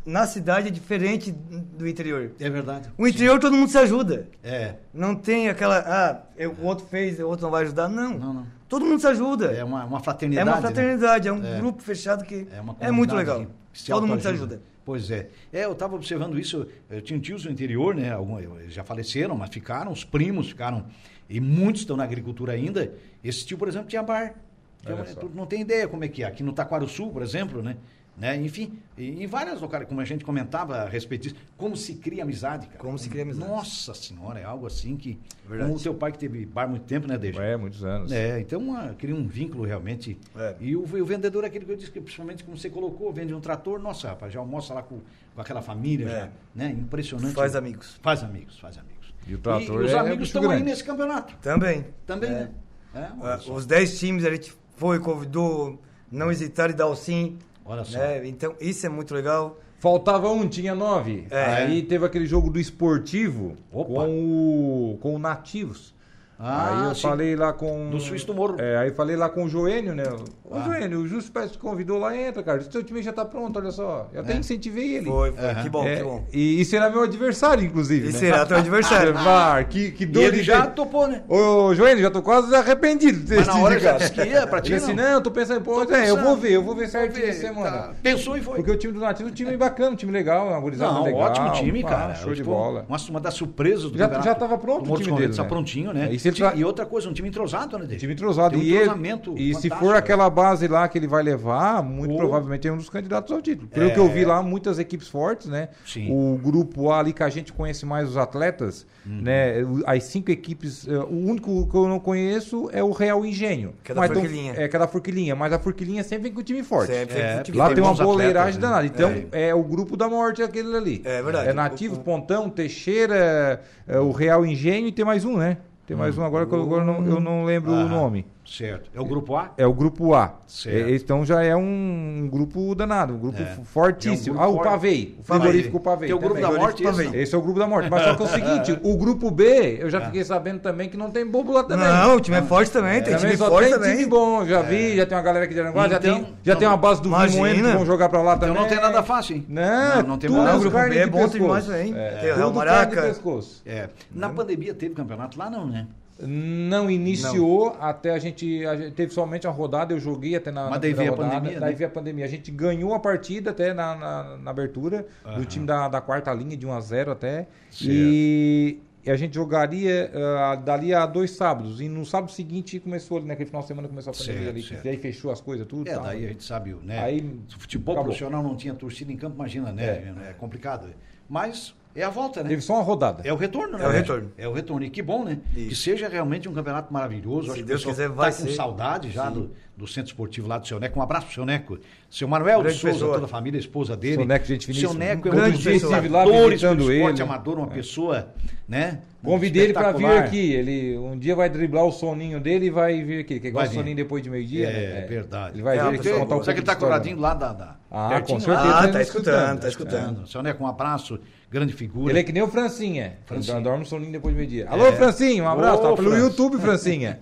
[SPEAKER 4] na cidade é diferente do interior.
[SPEAKER 2] É verdade.
[SPEAKER 4] O interior todo mundo se ajuda.
[SPEAKER 2] É.
[SPEAKER 4] Não tem aquela, ah, eu- o outro fez, o outro não vai ajudar. Não.
[SPEAKER 2] Não, não.
[SPEAKER 4] Todo mundo se ajuda.
[SPEAKER 2] É uma, uma
[SPEAKER 4] É
[SPEAKER 2] fraternidade.
[SPEAKER 4] uma
[SPEAKER 2] né?
[SPEAKER 4] fraternidade, é um
[SPEAKER 2] É.
[SPEAKER 4] grupo fechado que
[SPEAKER 2] É, uma
[SPEAKER 4] é muito
[SPEAKER 2] comunidade
[SPEAKER 4] legal.
[SPEAKER 2] que
[SPEAKER 4] Todo mundo se
[SPEAKER 2] autoajuda.
[SPEAKER 4] ajuda.
[SPEAKER 2] Pois é. É, eu estava observando isso. Eu tinha tios no interior, né? algum- eles já faleceram, mas ficaram, os primos ficaram. E muitos estão na agricultura ainda. Esse tio, por exemplo, tinha bar. Tinha
[SPEAKER 3] Olha
[SPEAKER 2] bar,
[SPEAKER 3] só.
[SPEAKER 2] tu não tem ideia como é que é. Aqui no Taquaruçu, por exemplo, né? Né? Enfim, e- em várias locais, como a gente comentava a respeito disso, como se cria amizade, cara.
[SPEAKER 4] Como se cria amizade.
[SPEAKER 2] Nossa senhora, é algo assim que.
[SPEAKER 4] Verdade.
[SPEAKER 2] Como o teu pai que teve bar muito tempo, né, Deja?
[SPEAKER 3] É, muitos anos.
[SPEAKER 2] É, então uma- cria um vínculo realmente.
[SPEAKER 4] É.
[SPEAKER 2] E o, e o vendedor, é aquele que eu disse, que principalmente como você colocou, vende um trator, nossa, rapaz, já almoça lá com, com aquela família,
[SPEAKER 4] É.
[SPEAKER 2] já, né? Impressionante.
[SPEAKER 4] Faz amigos.
[SPEAKER 2] Faz amigos, faz amigos.
[SPEAKER 3] E o trator
[SPEAKER 2] os
[SPEAKER 3] é um
[SPEAKER 2] amigos
[SPEAKER 3] bicho
[SPEAKER 2] estão aí
[SPEAKER 3] grande.
[SPEAKER 2] nesse campeonato
[SPEAKER 4] Também.
[SPEAKER 2] também,
[SPEAKER 4] É.
[SPEAKER 2] né? É, olha
[SPEAKER 4] Ah,
[SPEAKER 2] só.
[SPEAKER 4] Os 10 times a gente foi, convidou, não hesitaram em dar o sim.
[SPEAKER 2] Olha só.
[SPEAKER 4] né? Então isso é muito legal.
[SPEAKER 3] Faltava um, tinha nove.
[SPEAKER 4] É.
[SPEAKER 3] Aí teve aquele jogo do esportivo
[SPEAKER 2] Opa.
[SPEAKER 3] com o, com o Nativos.
[SPEAKER 2] Ah,
[SPEAKER 3] aí eu
[SPEAKER 2] sim.
[SPEAKER 3] falei lá com.
[SPEAKER 2] Do Suíço do Ah. Morro.
[SPEAKER 3] É, aí falei lá com o Joênio, né? Ô, Joênio, o Justo Pérez te convidou lá, entra, cara. O seu time já tá pronto, olha só. Eu até
[SPEAKER 2] É.
[SPEAKER 3] incentivei ele.
[SPEAKER 4] Foi, foi. Que bom,
[SPEAKER 3] É,
[SPEAKER 4] que bom.
[SPEAKER 3] E, e será meu adversário, inclusive.
[SPEAKER 4] E
[SPEAKER 3] né?
[SPEAKER 4] será teu adversário.
[SPEAKER 3] [LAUGHS] Var, que, que
[SPEAKER 2] E
[SPEAKER 3] dor
[SPEAKER 2] ele
[SPEAKER 3] de
[SPEAKER 2] já
[SPEAKER 3] pe-
[SPEAKER 2] topou, né?
[SPEAKER 3] Ô, Joênio, já tô quase arrependido. de ter
[SPEAKER 2] Mas na
[SPEAKER 3] sido,
[SPEAKER 2] hora já
[SPEAKER 3] cara.
[SPEAKER 2] disse que ia pra ti,
[SPEAKER 3] Ele disse,
[SPEAKER 2] não.
[SPEAKER 3] não, eu tô pensando, pô,
[SPEAKER 2] Tô
[SPEAKER 3] é, eu vou
[SPEAKER 2] pensando.
[SPEAKER 3] ver, eu vou ver certinho
[SPEAKER 2] Vê,
[SPEAKER 3] essa semana.
[SPEAKER 2] tá. Pensou e foi.
[SPEAKER 3] Porque o time do Nativo é um time bacana, um time legal, uma gurizada
[SPEAKER 2] Não,
[SPEAKER 3] legal.
[SPEAKER 2] ótimo time,
[SPEAKER 3] pá,
[SPEAKER 2] cara.
[SPEAKER 3] Show de
[SPEAKER 2] Tipo,
[SPEAKER 3] bola.
[SPEAKER 2] Nossa, uma das surpresas do
[SPEAKER 3] Já-
[SPEAKER 2] campeonato.
[SPEAKER 3] já tava pronto
[SPEAKER 2] Do
[SPEAKER 3] o
[SPEAKER 2] Morros
[SPEAKER 3] time
[SPEAKER 2] Correntes,
[SPEAKER 3] deles,
[SPEAKER 2] tá
[SPEAKER 3] né?
[SPEAKER 2] prontinho, né?
[SPEAKER 3] É, e se ele
[SPEAKER 2] Ti-
[SPEAKER 3] tá-
[SPEAKER 2] e outra coisa, um time entrosado, né, Dele?
[SPEAKER 3] Time entrosado.
[SPEAKER 2] Tem um
[SPEAKER 3] e ele-
[SPEAKER 2] entrosamento
[SPEAKER 3] e se
[SPEAKER 2] fantástico,
[SPEAKER 3] for
[SPEAKER 2] né?
[SPEAKER 3] aquela base lá que ele vai levar, muito
[SPEAKER 2] Oh.
[SPEAKER 3] provavelmente é um dos candidatos ao título. Pelo que eu vi lá, muitas equipes fortes, né?
[SPEAKER 2] Sim.
[SPEAKER 3] O grupo A ali que a gente conhece mais os atletas, né? O- As cinco equipes, eh, o único que eu não conheço é o Real Engenho.
[SPEAKER 4] Que é da
[SPEAKER 3] Mas tão-
[SPEAKER 4] Forquilinha.
[SPEAKER 3] é, que é da Forquilinha, mas a Forquilinha sempre vem com o time forte.
[SPEAKER 4] Sempre
[SPEAKER 2] É,
[SPEAKER 4] é, time
[SPEAKER 3] Lá
[SPEAKER 2] Tem
[SPEAKER 3] tem uma
[SPEAKER 2] bons atletas,
[SPEAKER 3] boleiragem
[SPEAKER 2] né?
[SPEAKER 3] danada. Então, é. o grupo da morte aquele ali.
[SPEAKER 4] É verdade.
[SPEAKER 3] É nativo,
[SPEAKER 4] O- o-
[SPEAKER 3] Pontão, Teixeira, é, o Real Engenho e tem mais um, né? Tem mais um agora que eu, agora eu não, eu não lembro o
[SPEAKER 2] Hum. Aham.
[SPEAKER 3] nome.
[SPEAKER 2] Ah, Certo. É o grupo A?
[SPEAKER 3] É o grupo A.
[SPEAKER 2] Certo.
[SPEAKER 3] É, então já é um, um grupo danado, um grupo
[SPEAKER 2] É.
[SPEAKER 3] f- fortíssimo.
[SPEAKER 2] É um grupo
[SPEAKER 3] ah, o
[SPEAKER 2] forte.
[SPEAKER 3] Pavei. O frigorífico Pavei.
[SPEAKER 2] Tem o grupo
[SPEAKER 3] também.
[SPEAKER 2] da morte, esse, não?
[SPEAKER 3] Esse é o grupo da morte. Mas só que é o seguinte, o grupo B,
[SPEAKER 2] [LAUGHS] É.
[SPEAKER 3] eu já fiquei sabendo também que não tem bobo lá também.
[SPEAKER 4] Não, o time é forte também, tem
[SPEAKER 3] um Também
[SPEAKER 4] time
[SPEAKER 3] só
[SPEAKER 4] forte
[SPEAKER 3] tem
[SPEAKER 4] também. É.
[SPEAKER 3] time bom, já vi, já tem uma galera aqui de Aranguá, já
[SPEAKER 2] Então,
[SPEAKER 3] tem, já tem uma base do Vimo
[SPEAKER 4] imagina.
[SPEAKER 3] Moendo que vão jogar pra lá
[SPEAKER 2] Então
[SPEAKER 3] também.
[SPEAKER 2] não tem nada fácil, hein?
[SPEAKER 3] Não,
[SPEAKER 2] não tem
[SPEAKER 3] tudo carne
[SPEAKER 4] nada. O grupo
[SPEAKER 3] de
[SPEAKER 4] B é bom
[SPEAKER 3] pescoço.
[SPEAKER 4] demais, hein?
[SPEAKER 3] É,
[SPEAKER 4] Tem o Real
[SPEAKER 3] tudo carne de
[SPEAKER 4] Maraca.
[SPEAKER 3] pescoço.
[SPEAKER 2] É. Na
[SPEAKER 3] Hum?
[SPEAKER 2] pandemia teve campeonato lá, não, né?
[SPEAKER 3] Não iniciou até a gente, a gente teve somente uma rodada, eu joguei até na,
[SPEAKER 2] Mas
[SPEAKER 3] na
[SPEAKER 2] daí
[SPEAKER 3] primeira
[SPEAKER 2] veio a pandemia,
[SPEAKER 3] daí
[SPEAKER 2] né?
[SPEAKER 3] veio a pandemia. A gente ganhou a partida até na, na, na abertura do time da, da quarta linha, de 1 a 0 até. E, e a gente jogaria ah, dali a dois sábados. E no sábado seguinte começou ali, naquele final de semana começou a pandemia
[SPEAKER 2] Certo,
[SPEAKER 3] ali.
[SPEAKER 2] certo.
[SPEAKER 3] Daí fechou as coisas, tudo.
[SPEAKER 2] É,
[SPEAKER 3] tal.
[SPEAKER 2] daí a gente sabe, né?
[SPEAKER 3] Aí,
[SPEAKER 2] Se o futebol
[SPEAKER 3] acabou.
[SPEAKER 2] profissional não tinha torcida em campo, imagina, né? É, complicado. Mas é a volta, né?
[SPEAKER 3] Teve só uma rodada.
[SPEAKER 2] É o retorno, né?
[SPEAKER 4] É o
[SPEAKER 2] Roberto?
[SPEAKER 4] retorno.
[SPEAKER 2] É o retorno. E que bom, né?
[SPEAKER 4] Isso.
[SPEAKER 2] Que seja realmente um campeonato maravilhoso. Acho que o
[SPEAKER 4] Deus
[SPEAKER 2] pessoal
[SPEAKER 4] quiser,
[SPEAKER 2] tá
[SPEAKER 4] vai
[SPEAKER 2] com
[SPEAKER 4] ser.
[SPEAKER 2] saudade já do, do centro esportivo lá do seu Neco. Um abraço, seu Neco. Seu Manuel de
[SPEAKER 4] Grande
[SPEAKER 2] Souza,
[SPEAKER 4] pessoa.
[SPEAKER 2] toda a família, a esposa dele.
[SPEAKER 3] Seu Neco, gente
[SPEAKER 2] Seu
[SPEAKER 3] finíssima.
[SPEAKER 2] Neco é um
[SPEAKER 3] Grande
[SPEAKER 2] dos
[SPEAKER 3] gente, estive lá
[SPEAKER 2] lutadores do
[SPEAKER 3] visitando
[SPEAKER 2] esporte
[SPEAKER 3] ele.
[SPEAKER 2] amador, uma pessoa, né?
[SPEAKER 3] Convidei ele pra vir
[SPEAKER 2] espetacular.
[SPEAKER 3] aqui. Ele um dia vai driblar o soninho dele e vai vir aqui. Que gosta
[SPEAKER 2] vir.
[SPEAKER 3] do soninho depois de meio-dia.
[SPEAKER 2] É,
[SPEAKER 3] né?
[SPEAKER 2] verdade.
[SPEAKER 3] Ele vai
[SPEAKER 4] É,
[SPEAKER 3] vir
[SPEAKER 4] uma
[SPEAKER 3] aqui
[SPEAKER 4] pessoa
[SPEAKER 3] contar
[SPEAKER 2] Será
[SPEAKER 3] um pouco
[SPEAKER 2] que ele tá
[SPEAKER 3] de história.
[SPEAKER 2] coladinho lá da. da
[SPEAKER 3] Ah,
[SPEAKER 2] pertinho
[SPEAKER 3] com
[SPEAKER 2] lá?
[SPEAKER 3] certeza.
[SPEAKER 4] Ah,
[SPEAKER 3] ele
[SPEAKER 4] tá
[SPEAKER 3] nos
[SPEAKER 4] escutando, tá
[SPEAKER 3] É.
[SPEAKER 4] escutando.
[SPEAKER 2] Seu Neco, um abraço, grande figura.
[SPEAKER 3] Ele é que nem o Francinha.
[SPEAKER 2] Francinha.
[SPEAKER 3] Ele dorme no soninho depois de
[SPEAKER 4] É.
[SPEAKER 3] meio-dia. Alô, Francinha, um
[SPEAKER 2] Ô,
[SPEAKER 3] abraço. tá pelo
[SPEAKER 2] Franci.
[SPEAKER 3] YouTube,
[SPEAKER 4] [LAUGHS]
[SPEAKER 3] Francinha.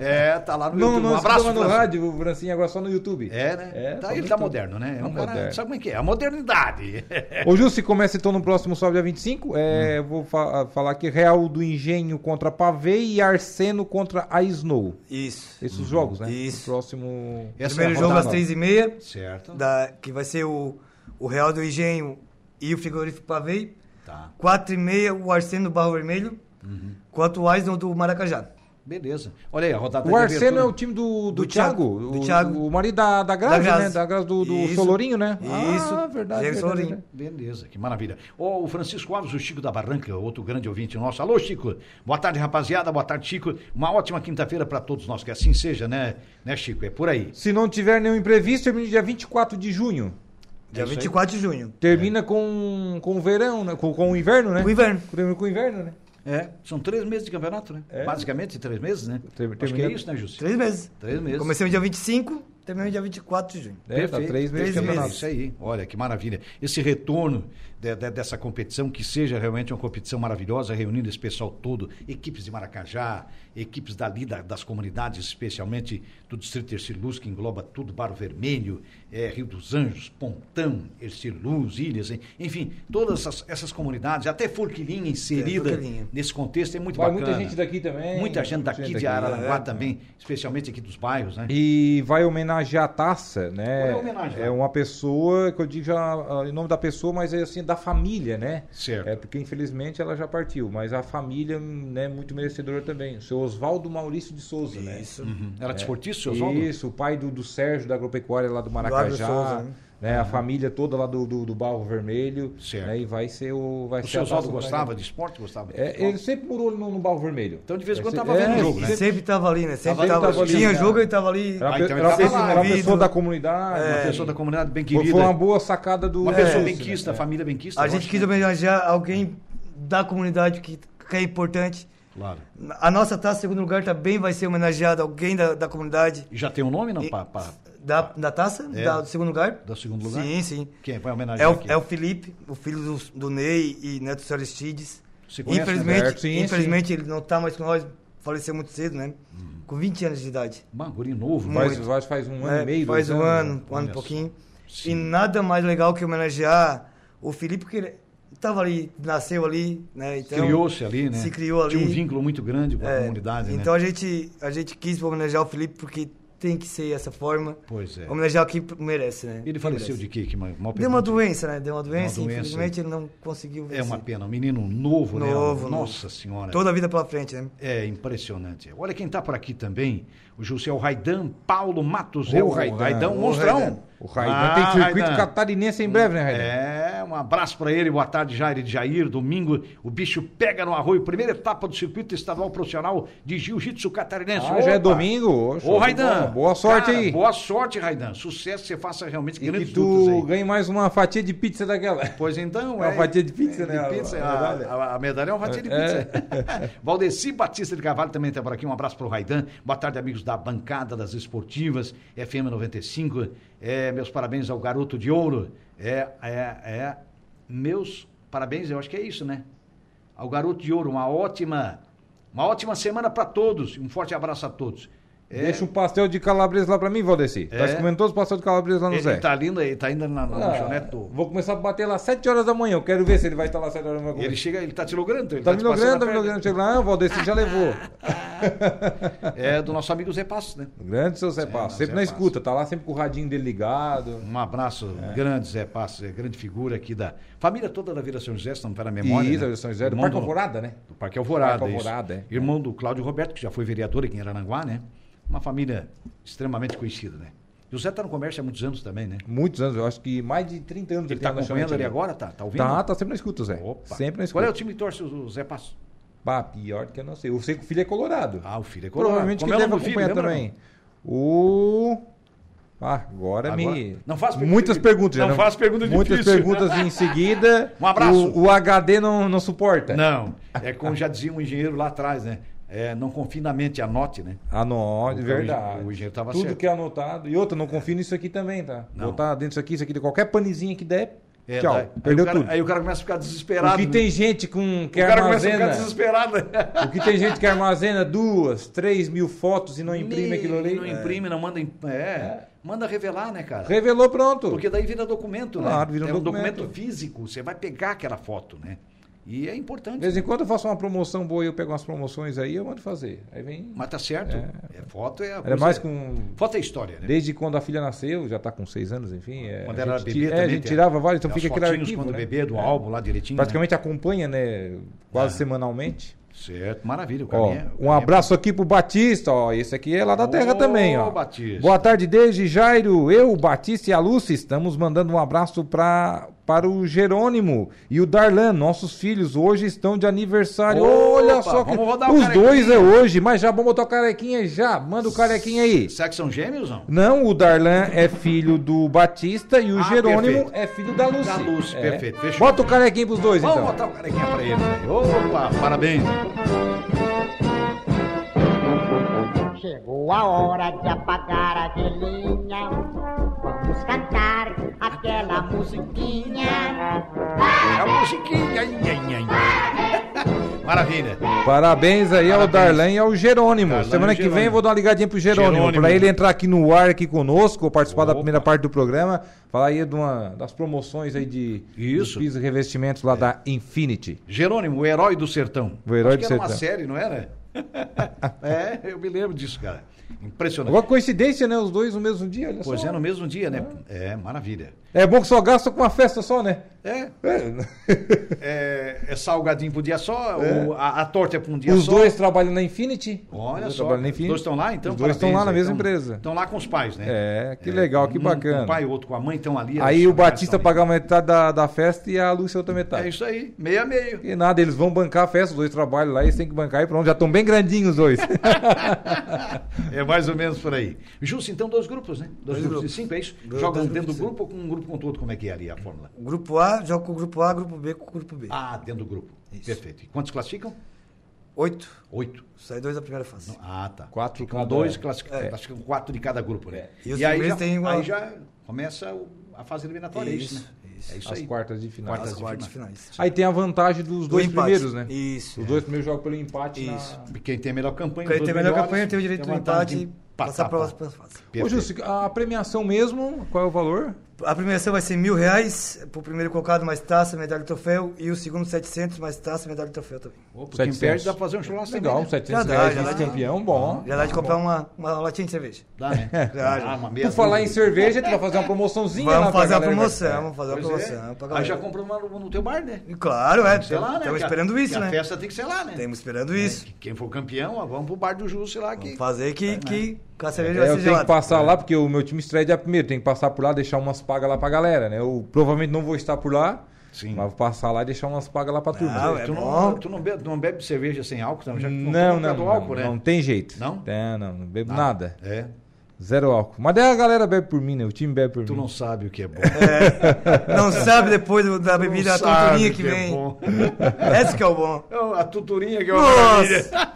[SPEAKER 2] É, tá lá no
[SPEAKER 3] não,
[SPEAKER 2] YouTube.
[SPEAKER 3] não,
[SPEAKER 2] um abraço,
[SPEAKER 3] escutava no
[SPEAKER 2] Francisco.
[SPEAKER 3] rádio, o Francinha agora só no YouTube.
[SPEAKER 2] É, né? tá,
[SPEAKER 3] só no
[SPEAKER 2] ele tá
[SPEAKER 3] YouTube.
[SPEAKER 2] moderno, né? É
[SPEAKER 3] Tá
[SPEAKER 2] um cara,
[SPEAKER 3] moderno.
[SPEAKER 2] sabe como é que é? A
[SPEAKER 3] [LAUGHS]
[SPEAKER 2] modernidade.
[SPEAKER 3] Ô, Ju, se começa então no próximo sábado, dia 25. É, Vou fa- falar aqui: Real do Engenho contra Pavei e Arseno contra a Snow.
[SPEAKER 4] Isso.
[SPEAKER 3] Esses jogos, né?
[SPEAKER 4] Isso.
[SPEAKER 3] O próximo. Tá,
[SPEAKER 2] Essa
[SPEAKER 4] Primeiro
[SPEAKER 2] é a
[SPEAKER 4] jogo às
[SPEAKER 2] rodada.
[SPEAKER 4] três e meia,
[SPEAKER 3] Então.
[SPEAKER 2] Certo.
[SPEAKER 4] da, que vai ser o, o Real do Engenho e o Frigorífico Pavei.
[SPEAKER 2] Tá.
[SPEAKER 4] Quatro e meia, o Arsênio do Barro Vermelho,
[SPEAKER 2] Uhum.
[SPEAKER 4] quanto o Aisnon do Maracajá.
[SPEAKER 2] Beleza. Olha aí, a rodada
[SPEAKER 3] O
[SPEAKER 2] de
[SPEAKER 3] Arseno é o
[SPEAKER 2] abertura.
[SPEAKER 3] time do, do,
[SPEAKER 4] tá Do
[SPEAKER 3] Thiago,
[SPEAKER 4] Thiago,
[SPEAKER 3] o-
[SPEAKER 4] do Thiago.
[SPEAKER 3] O marido da, da Grazi,
[SPEAKER 4] Da Grazi.
[SPEAKER 3] né? Da Grazi do, do
[SPEAKER 4] Isso.
[SPEAKER 3] Solorinho, né?
[SPEAKER 4] Isso.
[SPEAKER 3] Ah, verdade.
[SPEAKER 4] Diego
[SPEAKER 3] verdade,
[SPEAKER 4] Solorinho.
[SPEAKER 3] verdade.
[SPEAKER 2] Beleza, que maravilha. Ó, o Francisco Alves, o Chico da Barranca, outro grande ouvinte nosso. Alô, Chico. Boa tarde, rapaziada. Boa tarde, Chico. Uma ótima quinta-feira pra todos nós. Que assim seja, né, né Chico? É por aí.
[SPEAKER 3] Se não tiver nenhum imprevisto, termina dia 24 de junho.
[SPEAKER 4] Dia
[SPEAKER 2] isso aí.
[SPEAKER 4] 24 de junho.
[SPEAKER 3] Termina com, com o verão, né? Com, com o inverno, né?
[SPEAKER 4] O inverno.
[SPEAKER 3] Termina com o inverno, né?
[SPEAKER 2] É. São três meses de campeonato, né?
[SPEAKER 3] É.
[SPEAKER 2] Basicamente, três meses, né?
[SPEAKER 3] Ter-
[SPEAKER 2] Acho que é
[SPEAKER 3] termina-
[SPEAKER 2] isso, né, Júcio?
[SPEAKER 4] Três meses.
[SPEAKER 2] Três meses.
[SPEAKER 4] Comecei no dia 25, terminei no dia 24 de junho.
[SPEAKER 3] É, tá três meses
[SPEAKER 4] Três
[SPEAKER 3] de campeonato.
[SPEAKER 4] meses.
[SPEAKER 2] Isso aí, olha que maravilha. Esse retorno de- de- dessa competição, que seja realmente uma competição maravilhosa, reunindo esse pessoal todo, equipes de Maracajá, equipes dali da- das comunidades, especialmente do Distrito Terceiro Luz, que engloba tudo, Barro Vermelho, eh, Rio dos Anjos, Pontão, Terceiro Luz, Ilhas, en- enfim, todas essas, essas comunidades, até Forquilinha inserida
[SPEAKER 4] Forquilinha.
[SPEAKER 2] nesse contexto, é muito
[SPEAKER 3] É, Vai
[SPEAKER 2] bacana.
[SPEAKER 3] muita gente daqui também.
[SPEAKER 2] Muita gente
[SPEAKER 3] Muita
[SPEAKER 2] daqui
[SPEAKER 3] gente
[SPEAKER 2] de
[SPEAKER 3] daqui,
[SPEAKER 2] Araranguá
[SPEAKER 4] é.
[SPEAKER 2] também, especialmente aqui dos bairros, né?
[SPEAKER 3] E vai homenagear a taça, né?
[SPEAKER 2] Qual é a homenagem?
[SPEAKER 3] uma pessoa, que eu digo já ah, em nome da pessoa, mas é assim, da família, né?
[SPEAKER 2] Certo.
[SPEAKER 3] É porque infelizmente ela já partiu, mas a família, né, muito merecedora também. O seu Oswaldo Maurício de Souza, né?
[SPEAKER 4] É Isso.
[SPEAKER 2] Era é desportista, seu Oswaldo?
[SPEAKER 3] Isso, o pai do, do Sérgio da agropecuária lá do Maracajá.
[SPEAKER 4] Agro Souza, né?
[SPEAKER 3] né, A família toda lá do, do, do Barro Vermelho.
[SPEAKER 2] Uhum. Certo.
[SPEAKER 3] né, e vai ser o. Vai
[SPEAKER 2] O
[SPEAKER 3] ser a
[SPEAKER 2] seu Oswaldo
[SPEAKER 3] taça
[SPEAKER 2] gostava de esporte? Gostava de
[SPEAKER 3] homenageada. É,
[SPEAKER 2] futebol?
[SPEAKER 3] ele sempre morou no, no Barro Vermelho.
[SPEAKER 2] Então, de vez em
[SPEAKER 3] É,
[SPEAKER 2] quando,
[SPEAKER 3] se-
[SPEAKER 2] tava vendo
[SPEAKER 3] é,
[SPEAKER 2] jogo, né?
[SPEAKER 3] sempre-
[SPEAKER 4] Sempre tava ali, né? Sempre
[SPEAKER 3] Sempre
[SPEAKER 4] tava,
[SPEAKER 3] tava ali,
[SPEAKER 4] Tinha
[SPEAKER 3] né?
[SPEAKER 4] jogo, ele tava ali.
[SPEAKER 3] Era, uma
[SPEAKER 2] Ah,
[SPEAKER 3] pe-
[SPEAKER 2] então ele
[SPEAKER 3] era uma
[SPEAKER 2] tava
[SPEAKER 3] pessoa-
[SPEAKER 2] lá, É,
[SPEAKER 3] era uma
[SPEAKER 4] envolvido.
[SPEAKER 3] pessoa da comunidade.
[SPEAKER 2] Uma
[SPEAKER 3] né?
[SPEAKER 2] pessoa da comunidade bem
[SPEAKER 3] Foi-
[SPEAKER 2] querida.
[SPEAKER 3] Foi uma boa sacada do.
[SPEAKER 2] Uma pessoa
[SPEAKER 3] do
[SPEAKER 2] bem
[SPEAKER 3] Lúcio,
[SPEAKER 2] quista,
[SPEAKER 3] né?
[SPEAKER 2] família bem quista.
[SPEAKER 4] A
[SPEAKER 2] eu
[SPEAKER 4] gente
[SPEAKER 2] acho,
[SPEAKER 4] quis
[SPEAKER 2] né?
[SPEAKER 4] homenagear alguém da comunidade que, que é importante.
[SPEAKER 2] Claro.
[SPEAKER 4] A nossa taça, segundo lugar, também vai ser homenageada alguém da, da comunidade.
[SPEAKER 2] E já tem um nome, não?
[SPEAKER 4] E-
[SPEAKER 2] Pra, pra-
[SPEAKER 4] Da, da taça?
[SPEAKER 2] É.
[SPEAKER 4] Da, do segundo lugar?
[SPEAKER 2] do segundo lugar?
[SPEAKER 4] Sim, sim.
[SPEAKER 2] Quem vai homenagear Um
[SPEAKER 4] É o,
[SPEAKER 2] aqui?
[SPEAKER 4] é o Felipe, o filho do, do Ney e neto do Aristides.
[SPEAKER 2] Se conhece, né?
[SPEAKER 4] infelizmente,
[SPEAKER 3] Certo, sim,
[SPEAKER 4] infelizmente ele não está mais com nós, faleceu muito cedo, né?
[SPEAKER 2] Uhum.
[SPEAKER 4] Com 20 anos de idade.
[SPEAKER 2] Mano, guri novo,
[SPEAKER 3] Mas
[SPEAKER 2] né?
[SPEAKER 4] Muito.
[SPEAKER 3] É, faz, faz um ano
[SPEAKER 4] É,
[SPEAKER 3] e meio,
[SPEAKER 4] faz
[SPEAKER 3] dois
[SPEAKER 4] um
[SPEAKER 3] anos, né?
[SPEAKER 4] ano, um ano
[SPEAKER 2] Olha
[SPEAKER 4] e pouquinho.
[SPEAKER 2] só.
[SPEAKER 4] E
[SPEAKER 2] Sim.
[SPEAKER 4] nada mais legal que homenagear o Felipe, porque ele estava ali, nasceu ali, né? Então,
[SPEAKER 2] Criou-se ali, né?
[SPEAKER 4] se criou ali.
[SPEAKER 2] Tinha um vínculo muito grande com a
[SPEAKER 4] É,
[SPEAKER 2] comunidade,
[SPEAKER 4] Então
[SPEAKER 2] né?
[SPEAKER 4] a gente a gente quis homenagear o Felipe porque tem que ser essa forma.
[SPEAKER 2] Pois é.
[SPEAKER 4] Homenagear quem merece, né?
[SPEAKER 2] Ele
[SPEAKER 4] Quem
[SPEAKER 2] faleceu
[SPEAKER 4] merece.
[SPEAKER 2] de quê? Que mal
[SPEAKER 4] Deu uma doença, né? Deu uma doença,
[SPEAKER 2] doença.
[SPEAKER 4] infelizmente ele não conseguiu
[SPEAKER 2] É uma
[SPEAKER 4] vencer.
[SPEAKER 2] pena, um menino novo, né?
[SPEAKER 4] Novo,
[SPEAKER 2] Nossa
[SPEAKER 4] novo.
[SPEAKER 2] Senhora.
[SPEAKER 4] Toda a vida pela frente, né?
[SPEAKER 2] É impressionante. Olha quem está por aqui também, o José Raidan, Paulo Matos,
[SPEAKER 3] Ô,
[SPEAKER 2] é o Raidan,
[SPEAKER 3] Raidan, ô,
[SPEAKER 2] monstrão.
[SPEAKER 3] Raidan. O Raidan
[SPEAKER 2] Ah,
[SPEAKER 3] tem circuito
[SPEAKER 2] Raidan.
[SPEAKER 3] catarinense em breve, né, Raidan?
[SPEAKER 2] É, um abraço pra ele, boa tarde, Jair e Jair. Domingo, o bicho pega no arroio, primeira etapa do circuito estadual profissional de jiu-jitsu catarinense.
[SPEAKER 3] Ah, já é
[SPEAKER 2] Opa!
[SPEAKER 3] domingo? Ô, show
[SPEAKER 2] Ô,
[SPEAKER 3] de
[SPEAKER 2] Raidan.
[SPEAKER 3] bola. Boa sorte
[SPEAKER 2] Cara,
[SPEAKER 3] aí.
[SPEAKER 2] Boa sorte, Raidan. Sucesso, você faça realmente
[SPEAKER 3] E
[SPEAKER 2] grandes
[SPEAKER 3] que
[SPEAKER 2] lutas
[SPEAKER 3] tu
[SPEAKER 2] aí.
[SPEAKER 3] ganhe mais uma fatia de pizza daquela.
[SPEAKER 2] Pois então,
[SPEAKER 3] É uma fatia de pizza, né?
[SPEAKER 2] De pizza,
[SPEAKER 3] A-
[SPEAKER 2] a,
[SPEAKER 3] a medalha.
[SPEAKER 2] a- a medalha é uma fatia de
[SPEAKER 3] É.
[SPEAKER 2] pizza. [LAUGHS] Valdeci Batista de Carvalho também está por aqui. Um abraço para o Raidan. Boa tarde, amigos da bancada das esportivas, FM 95. É, meus parabéns ao garoto de ouro. É, é, é, meus parabéns, eu acho que é isso, né? Ao garoto de ouro, uma ótima, uma ótima semana para todos. Um forte abraço a todos. É,
[SPEAKER 3] Deixa um pastel de calabresa lá pra mim, Valdeci.
[SPEAKER 2] É.
[SPEAKER 3] Tá comendo todos os pastel de calabresa lá no
[SPEAKER 2] ele,
[SPEAKER 3] Zé.
[SPEAKER 2] ele tá lindo, ele tá ainda na, na
[SPEAKER 3] Ah,
[SPEAKER 2] lanchonete do-
[SPEAKER 3] Vou começar a bater lá às 7 horas da manhã. Eu quero ver se ele vai estar lá às 7 horas da manhã.
[SPEAKER 2] Ele chega, ele tá te logrando. Ele tá
[SPEAKER 3] Tá me
[SPEAKER 2] te passando a
[SPEAKER 3] logrando, tá me
[SPEAKER 2] perna.
[SPEAKER 3] logrando. Chega lá, ah, o Valdeci
[SPEAKER 2] [LAUGHS]
[SPEAKER 3] já levou.
[SPEAKER 2] É do nosso amigo Zé Passos, né?
[SPEAKER 3] O grande seu Zé
[SPEAKER 2] não,
[SPEAKER 3] Passo. Sempre
[SPEAKER 2] Zé
[SPEAKER 3] na
[SPEAKER 2] Passo.
[SPEAKER 3] escuta, tá lá sempre com o radinho dele ligado.
[SPEAKER 2] Um abraço grande, Zé Passos, é grande figura aqui da família toda da Vila São José, se não me falha a memória.
[SPEAKER 3] Isso,
[SPEAKER 2] né?
[SPEAKER 3] da São José, do
[SPEAKER 2] Irmão
[SPEAKER 3] Parque Alvorada, né?
[SPEAKER 2] Do Parque Alvorada.
[SPEAKER 3] Parque
[SPEAKER 2] isso.
[SPEAKER 3] Alvorada, é.
[SPEAKER 2] Irmão do Cláudio Roberto, que já foi vereador aqui em Arananguá, né? Uma família extremamente conhecida, né? E o Zé tá no comércio há muitos anos também, né?
[SPEAKER 3] Muitos anos, eu acho que mais de 30 anos
[SPEAKER 2] Ele tá
[SPEAKER 3] tem na
[SPEAKER 2] acompanhando
[SPEAKER 3] lanchonete
[SPEAKER 2] ali
[SPEAKER 3] ali.
[SPEAKER 2] agora, tá? Tá ouvindo?
[SPEAKER 3] Tá, tá sempre na escuta, Zé.
[SPEAKER 2] Opa.
[SPEAKER 3] Sempre na
[SPEAKER 2] Qual é o
[SPEAKER 3] escuta.
[SPEAKER 2] time que torce o Zé Passos?
[SPEAKER 3] Pá, pior que eu não sei. Eu sei que o filho é colorado.
[SPEAKER 2] Ah, o filho é colorado.
[SPEAKER 3] Provavelmente
[SPEAKER 2] Como
[SPEAKER 3] que
[SPEAKER 2] é o
[SPEAKER 3] deve
[SPEAKER 2] nome do filho,
[SPEAKER 3] acompanhar
[SPEAKER 2] lembra,
[SPEAKER 3] também. O. Ah, agora,
[SPEAKER 2] Agora-
[SPEAKER 3] me.
[SPEAKER 2] Não faz pergunta
[SPEAKER 3] Muitas
[SPEAKER 2] difícil.
[SPEAKER 3] perguntas já.
[SPEAKER 2] Não faz pergunta
[SPEAKER 3] Muitas
[SPEAKER 2] difícil.
[SPEAKER 3] perguntas em seguida.
[SPEAKER 2] [LAUGHS] Um abraço.
[SPEAKER 3] O, o HD não, não suporta.
[SPEAKER 2] Não, é como já dizia um engenheiro lá atrás, né? É, não confie na mente, anote, né?
[SPEAKER 3] Anote,
[SPEAKER 2] O-
[SPEAKER 3] verdade.
[SPEAKER 2] o engenheiro tava
[SPEAKER 3] Tudo
[SPEAKER 2] certo.
[SPEAKER 3] que é anotado. E outra, não confio nisso aqui também, tá?
[SPEAKER 2] Não.
[SPEAKER 3] Botar dentro disso aqui, isso aqui, de qualquer panezinha que der.
[SPEAKER 2] É,
[SPEAKER 3] tchau.
[SPEAKER 2] daí- aí o
[SPEAKER 3] Perdeu
[SPEAKER 2] cara-
[SPEAKER 3] tudo.
[SPEAKER 2] Aí o cara começa a ficar desesperado.
[SPEAKER 3] o que
[SPEAKER 2] né?
[SPEAKER 3] tem gente com, que
[SPEAKER 2] o cara começa a
[SPEAKER 3] armazena.
[SPEAKER 2] ficar desesperado. né?
[SPEAKER 3] O que tem gente que armazena duas, três mil fotos e [LAUGHS] não imprime aquilo ali.
[SPEAKER 2] Não imprime, não manda. imp- É, Manda revelar, né, cara?
[SPEAKER 3] Revelou pronto.
[SPEAKER 2] Porque daí vira documento, né?
[SPEAKER 3] Claro, vira um
[SPEAKER 2] é
[SPEAKER 3] documento.
[SPEAKER 2] documento físico. Você vai pegar aquela foto, né? E é importante.
[SPEAKER 3] De vez em quando eu faço uma promoção boa e eu pego umas promoções aí, eu mando fazer. Aí vem.
[SPEAKER 2] Mas tá certo. É. foto é. a
[SPEAKER 3] Era
[SPEAKER 2] coisa-
[SPEAKER 3] mais com.
[SPEAKER 2] Foto é história, né?
[SPEAKER 3] Desde quando a filha nasceu, já tá com seis anos, enfim. é,
[SPEAKER 2] Quando
[SPEAKER 3] a
[SPEAKER 2] era
[SPEAKER 3] gente
[SPEAKER 2] bebê
[SPEAKER 3] tira- é,
[SPEAKER 2] também.
[SPEAKER 3] a gente
[SPEAKER 2] tem-
[SPEAKER 3] tirava vários, então
[SPEAKER 2] tem as
[SPEAKER 3] fica aquele
[SPEAKER 2] fotinhos
[SPEAKER 3] arquivo.
[SPEAKER 2] quando
[SPEAKER 3] né?
[SPEAKER 2] bebê, do
[SPEAKER 3] É.
[SPEAKER 2] álbum É. lá direitinho. né?
[SPEAKER 3] Praticamente acompanha, né? Quase semanalmente.
[SPEAKER 2] Certo, maravilha. O
[SPEAKER 3] Ó,
[SPEAKER 2] caminho é- o
[SPEAKER 3] um
[SPEAKER 2] caminho é-
[SPEAKER 3] abraço aqui pro Batista, ó. Esse aqui é lá da terra
[SPEAKER 2] Ô,
[SPEAKER 3] também, ó.
[SPEAKER 2] Batista.
[SPEAKER 3] Boa tarde, desde Jairo, eu, o Batista e a Lúcia, estamos mandando um abraço pra, para o Jerônimo e o Darlan. Nossos filhos hoje estão de aniversário.
[SPEAKER 2] Opa,
[SPEAKER 3] Olha só que
[SPEAKER 2] vamos rodar o
[SPEAKER 3] os
[SPEAKER 2] carequinha.
[SPEAKER 3] dois é hoje, mas já vamos botar o carequinha já. Manda o carequinha aí.
[SPEAKER 2] Será que são gêmeos não?
[SPEAKER 3] Não, o Darlan é filho do Batista e o
[SPEAKER 2] Ah,
[SPEAKER 3] Jerônimo
[SPEAKER 2] perfeito.
[SPEAKER 3] é filho da Lúcia.
[SPEAKER 2] Da Lúcia,
[SPEAKER 3] É.
[SPEAKER 2] perfeito, fechou.
[SPEAKER 3] Bota o carequinha pros dois,
[SPEAKER 2] Vamos
[SPEAKER 3] então.
[SPEAKER 2] botar o carequinha pra ele. né? Opa, parabéns.
[SPEAKER 5] Chegou a hora de apagar a velhinha. Vamos cantar aquela musiquinha.
[SPEAKER 2] É uma musiquinha. ai, ai, ai. [LAUGHS] Maravilha.
[SPEAKER 3] Parabéns aí ao
[SPEAKER 2] Parabéns.
[SPEAKER 3] Darlan e ao Jerônimo.
[SPEAKER 2] Darlan
[SPEAKER 3] Semana
[SPEAKER 2] e
[SPEAKER 3] que
[SPEAKER 2] Jerônimo.
[SPEAKER 3] vem eu vou dar uma ligadinha pro Jerônimo,
[SPEAKER 2] Jerônimo.
[SPEAKER 3] pra ele entrar aqui no ar aqui conosco, participar da
[SPEAKER 2] Opa.
[SPEAKER 3] primeira parte do programa, falar aí de uma, das promoções aí de
[SPEAKER 2] Isso. É.
[SPEAKER 3] dos pisos e revestimentos lá da Infinity.
[SPEAKER 2] Jerônimo, o herói do sertão.
[SPEAKER 3] O herói
[SPEAKER 2] Acho que
[SPEAKER 3] do
[SPEAKER 2] era uma
[SPEAKER 3] sertão.
[SPEAKER 2] série, não
[SPEAKER 3] [LAUGHS]
[SPEAKER 2] era? é, eu me lembro disso, cara. Impressionante.
[SPEAKER 3] Agora coincidência, né? Os dois no mesmo dia, olha
[SPEAKER 2] Pois
[SPEAKER 3] só.
[SPEAKER 2] é, no mesmo dia, né? É, maravilha.
[SPEAKER 3] É bom que só gasta com uma festa só, né?
[SPEAKER 2] É,
[SPEAKER 3] [LAUGHS] É.
[SPEAKER 2] é, é salgadinho por dia só, ou a, a torta é por um dia
[SPEAKER 3] Os
[SPEAKER 2] só.
[SPEAKER 3] dois trabalham na Infinity.
[SPEAKER 2] Olha
[SPEAKER 3] Os dois
[SPEAKER 2] só,
[SPEAKER 3] trabalham na
[SPEAKER 2] os
[SPEAKER 3] Infinity.
[SPEAKER 2] dois estão lá, então?
[SPEAKER 3] Os dois estão lá na
[SPEAKER 2] parabéns,
[SPEAKER 3] mesma
[SPEAKER 2] então.
[SPEAKER 3] empresa.
[SPEAKER 2] Estão lá com os pais, né?
[SPEAKER 3] É, que legal, que
[SPEAKER 2] um Com
[SPEAKER 3] bacana.
[SPEAKER 2] o pai, outro com a mãe, estão ali.
[SPEAKER 3] Aí
[SPEAKER 2] eles
[SPEAKER 3] o Batista
[SPEAKER 2] estão ali.
[SPEAKER 3] paga metade da, da festa e a Lúcia outra metade.
[SPEAKER 2] É isso aí, meio a meio.
[SPEAKER 3] E nada, eles vão bancar a festa, os dois trabalham lá, eles têm que bancar e pronto, já estão bem grandinhos os dois.
[SPEAKER 4] [LAUGHS]
[SPEAKER 2] É mais ou menos por aí. Justo, então, dois grupos, né? Dois, grupos, de
[SPEAKER 4] grupos.
[SPEAKER 2] cinco, é isso?
[SPEAKER 4] Dois-
[SPEAKER 2] Jogam
[SPEAKER 4] dois
[SPEAKER 2] dentro
[SPEAKER 4] grupos
[SPEAKER 2] do
[SPEAKER 4] de cinco.
[SPEAKER 2] grupo ou com um grupo com todo? Como é que é ali a fórmula?
[SPEAKER 4] O grupo A joga com o grupo A, grupo B com o grupo B.
[SPEAKER 2] Ah, dentro do grupo.
[SPEAKER 4] Isso.
[SPEAKER 2] Perfeito. E quantos classificam?
[SPEAKER 4] Oito.
[SPEAKER 2] Oito.
[SPEAKER 4] Sai dois da primeira fase.
[SPEAKER 2] Ah, tá.
[SPEAKER 3] Quatro
[SPEAKER 2] Ficam
[SPEAKER 3] cada- um.
[SPEAKER 2] dois, classificam,
[SPEAKER 4] É.
[SPEAKER 2] classificam quatro de cada grupo, né?
[SPEAKER 4] E os
[SPEAKER 2] aí
[SPEAKER 4] primeiros
[SPEAKER 2] já,
[SPEAKER 4] têm uma-
[SPEAKER 2] aí já começa o- a fase eliminatória, é isso,
[SPEAKER 4] Isso,
[SPEAKER 2] né?
[SPEAKER 4] Isso.
[SPEAKER 2] É isso
[SPEAKER 3] As
[SPEAKER 2] aí.
[SPEAKER 3] quartas de final.
[SPEAKER 4] As
[SPEAKER 2] de
[SPEAKER 4] quartas de
[SPEAKER 2] final.
[SPEAKER 4] finais.
[SPEAKER 3] Aí tem a vantagem dos
[SPEAKER 4] Do
[SPEAKER 3] dois
[SPEAKER 4] empate.
[SPEAKER 3] primeiros, né?
[SPEAKER 4] Isso.
[SPEAKER 3] Os dois primeiros jogam pelo empate. na-
[SPEAKER 4] Isso.
[SPEAKER 2] Quem tem a melhor campanha.
[SPEAKER 4] Quem
[SPEAKER 2] os
[SPEAKER 4] tem a
[SPEAKER 2] dois
[SPEAKER 4] melhor
[SPEAKER 2] melhores,
[SPEAKER 4] campanha tem o direito
[SPEAKER 2] tem
[SPEAKER 4] do
[SPEAKER 2] a
[SPEAKER 4] empate
[SPEAKER 2] vantagem
[SPEAKER 4] e
[SPEAKER 2] de
[SPEAKER 4] passar para a
[SPEAKER 2] pra-
[SPEAKER 4] próxima fase.
[SPEAKER 3] Ô,
[SPEAKER 2] Perfeito.
[SPEAKER 3] Júcio, a premiação mesmo, qual é o valor?
[SPEAKER 4] A premiação vai ser mil reais pro primeiro colocado, mais taça, medalha e troféu. E o segundo, 700, mais taça, medalha e troféu também.
[SPEAKER 2] Ô, pra Quem
[SPEAKER 3] 700.
[SPEAKER 2] perde dá pra fazer um churrasco
[SPEAKER 4] É
[SPEAKER 3] Legal,
[SPEAKER 2] também, né?
[SPEAKER 3] 700
[SPEAKER 4] Já dá,
[SPEAKER 3] reais
[SPEAKER 4] já dá.
[SPEAKER 3] vice-campeão, bom.
[SPEAKER 4] Já dá de
[SPEAKER 2] Tá
[SPEAKER 4] comprar uma, uma latinha de cerveja.
[SPEAKER 2] Dá, né?
[SPEAKER 4] [LAUGHS] Já, já.
[SPEAKER 2] Ah, uma meia
[SPEAKER 3] Por falar em
[SPEAKER 2] dúzia.
[SPEAKER 3] cerveja, tu vai fazer uma promoçãozinha lá
[SPEAKER 2] é
[SPEAKER 4] Vamos
[SPEAKER 3] pra
[SPEAKER 4] fazer a
[SPEAKER 3] galera né?
[SPEAKER 4] promoção,
[SPEAKER 3] participar.
[SPEAKER 4] vamos fazer a
[SPEAKER 2] Pois é.
[SPEAKER 4] promoção. pra
[SPEAKER 2] Aí
[SPEAKER 4] galera.
[SPEAKER 2] já comprou uma no no teu bar, né?
[SPEAKER 4] E Claro, é.
[SPEAKER 2] Sei lá, né?
[SPEAKER 4] Estamos
[SPEAKER 2] Que a-
[SPEAKER 4] esperando
[SPEAKER 2] que
[SPEAKER 4] isso,
[SPEAKER 2] A
[SPEAKER 4] né?
[SPEAKER 2] festa tem que ser lá, né?
[SPEAKER 3] É.
[SPEAKER 4] Estamos esperando isso.
[SPEAKER 2] Quem for campeão, ó, vamos pro bar do Júlio, sei lá. Que...
[SPEAKER 4] Vamos fazer que, que, que a cerveja
[SPEAKER 3] É,
[SPEAKER 4] vai
[SPEAKER 3] eu
[SPEAKER 4] ser
[SPEAKER 3] tenho
[SPEAKER 4] gelada.
[SPEAKER 3] que passar lá, porque o meu time estreia dia primeiro. Tem que passar por lá, deixar umas pagas lá pra galera, né? Eu provavelmente não vou estar por lá,
[SPEAKER 2] Sim.
[SPEAKER 3] mas vou passar lá e deixar umas pagas lá pra turma.
[SPEAKER 4] Não, é
[SPEAKER 2] tu,
[SPEAKER 4] bom.
[SPEAKER 2] não, tu não, bebe, tu não bebe cerveja sem álcool, não? Já que tu
[SPEAKER 3] Não,
[SPEAKER 2] toma
[SPEAKER 3] não,
[SPEAKER 2] tanto
[SPEAKER 3] não,
[SPEAKER 2] álcool, né?
[SPEAKER 3] não tem jeito.
[SPEAKER 2] Não?
[SPEAKER 3] É, não, não bebo
[SPEAKER 2] Nada.
[SPEAKER 3] nada.
[SPEAKER 2] É,
[SPEAKER 3] Zero álcool. Mas daí a galera bebe por mim, né? O time bebe por
[SPEAKER 2] tu
[SPEAKER 3] mim.
[SPEAKER 2] não sabe o que é bom.
[SPEAKER 4] Não sabe depois do- da bebida, a
[SPEAKER 2] sabe
[SPEAKER 4] torturinha
[SPEAKER 2] o
[SPEAKER 4] que
[SPEAKER 2] é
[SPEAKER 4] vem. [LAUGHS]
[SPEAKER 2] bom.
[SPEAKER 4] Esse que é o bom.
[SPEAKER 2] Ô, A tuturinha que é uma maravilha.
[SPEAKER 4] Nossa!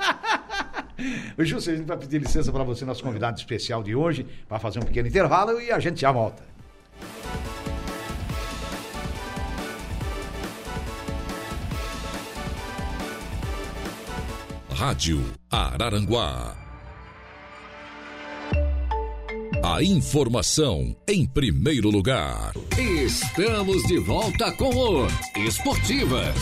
[SPEAKER 2] O Júlio, a gente vai pedir licença para você, nosso convidado especial de hoje, para fazer um pequeno intervalo e a gente já volta.
[SPEAKER 6] Rádio Araranguá. A informação em primeiro lugar.
[SPEAKER 1] Estamos de volta com o Esportivas.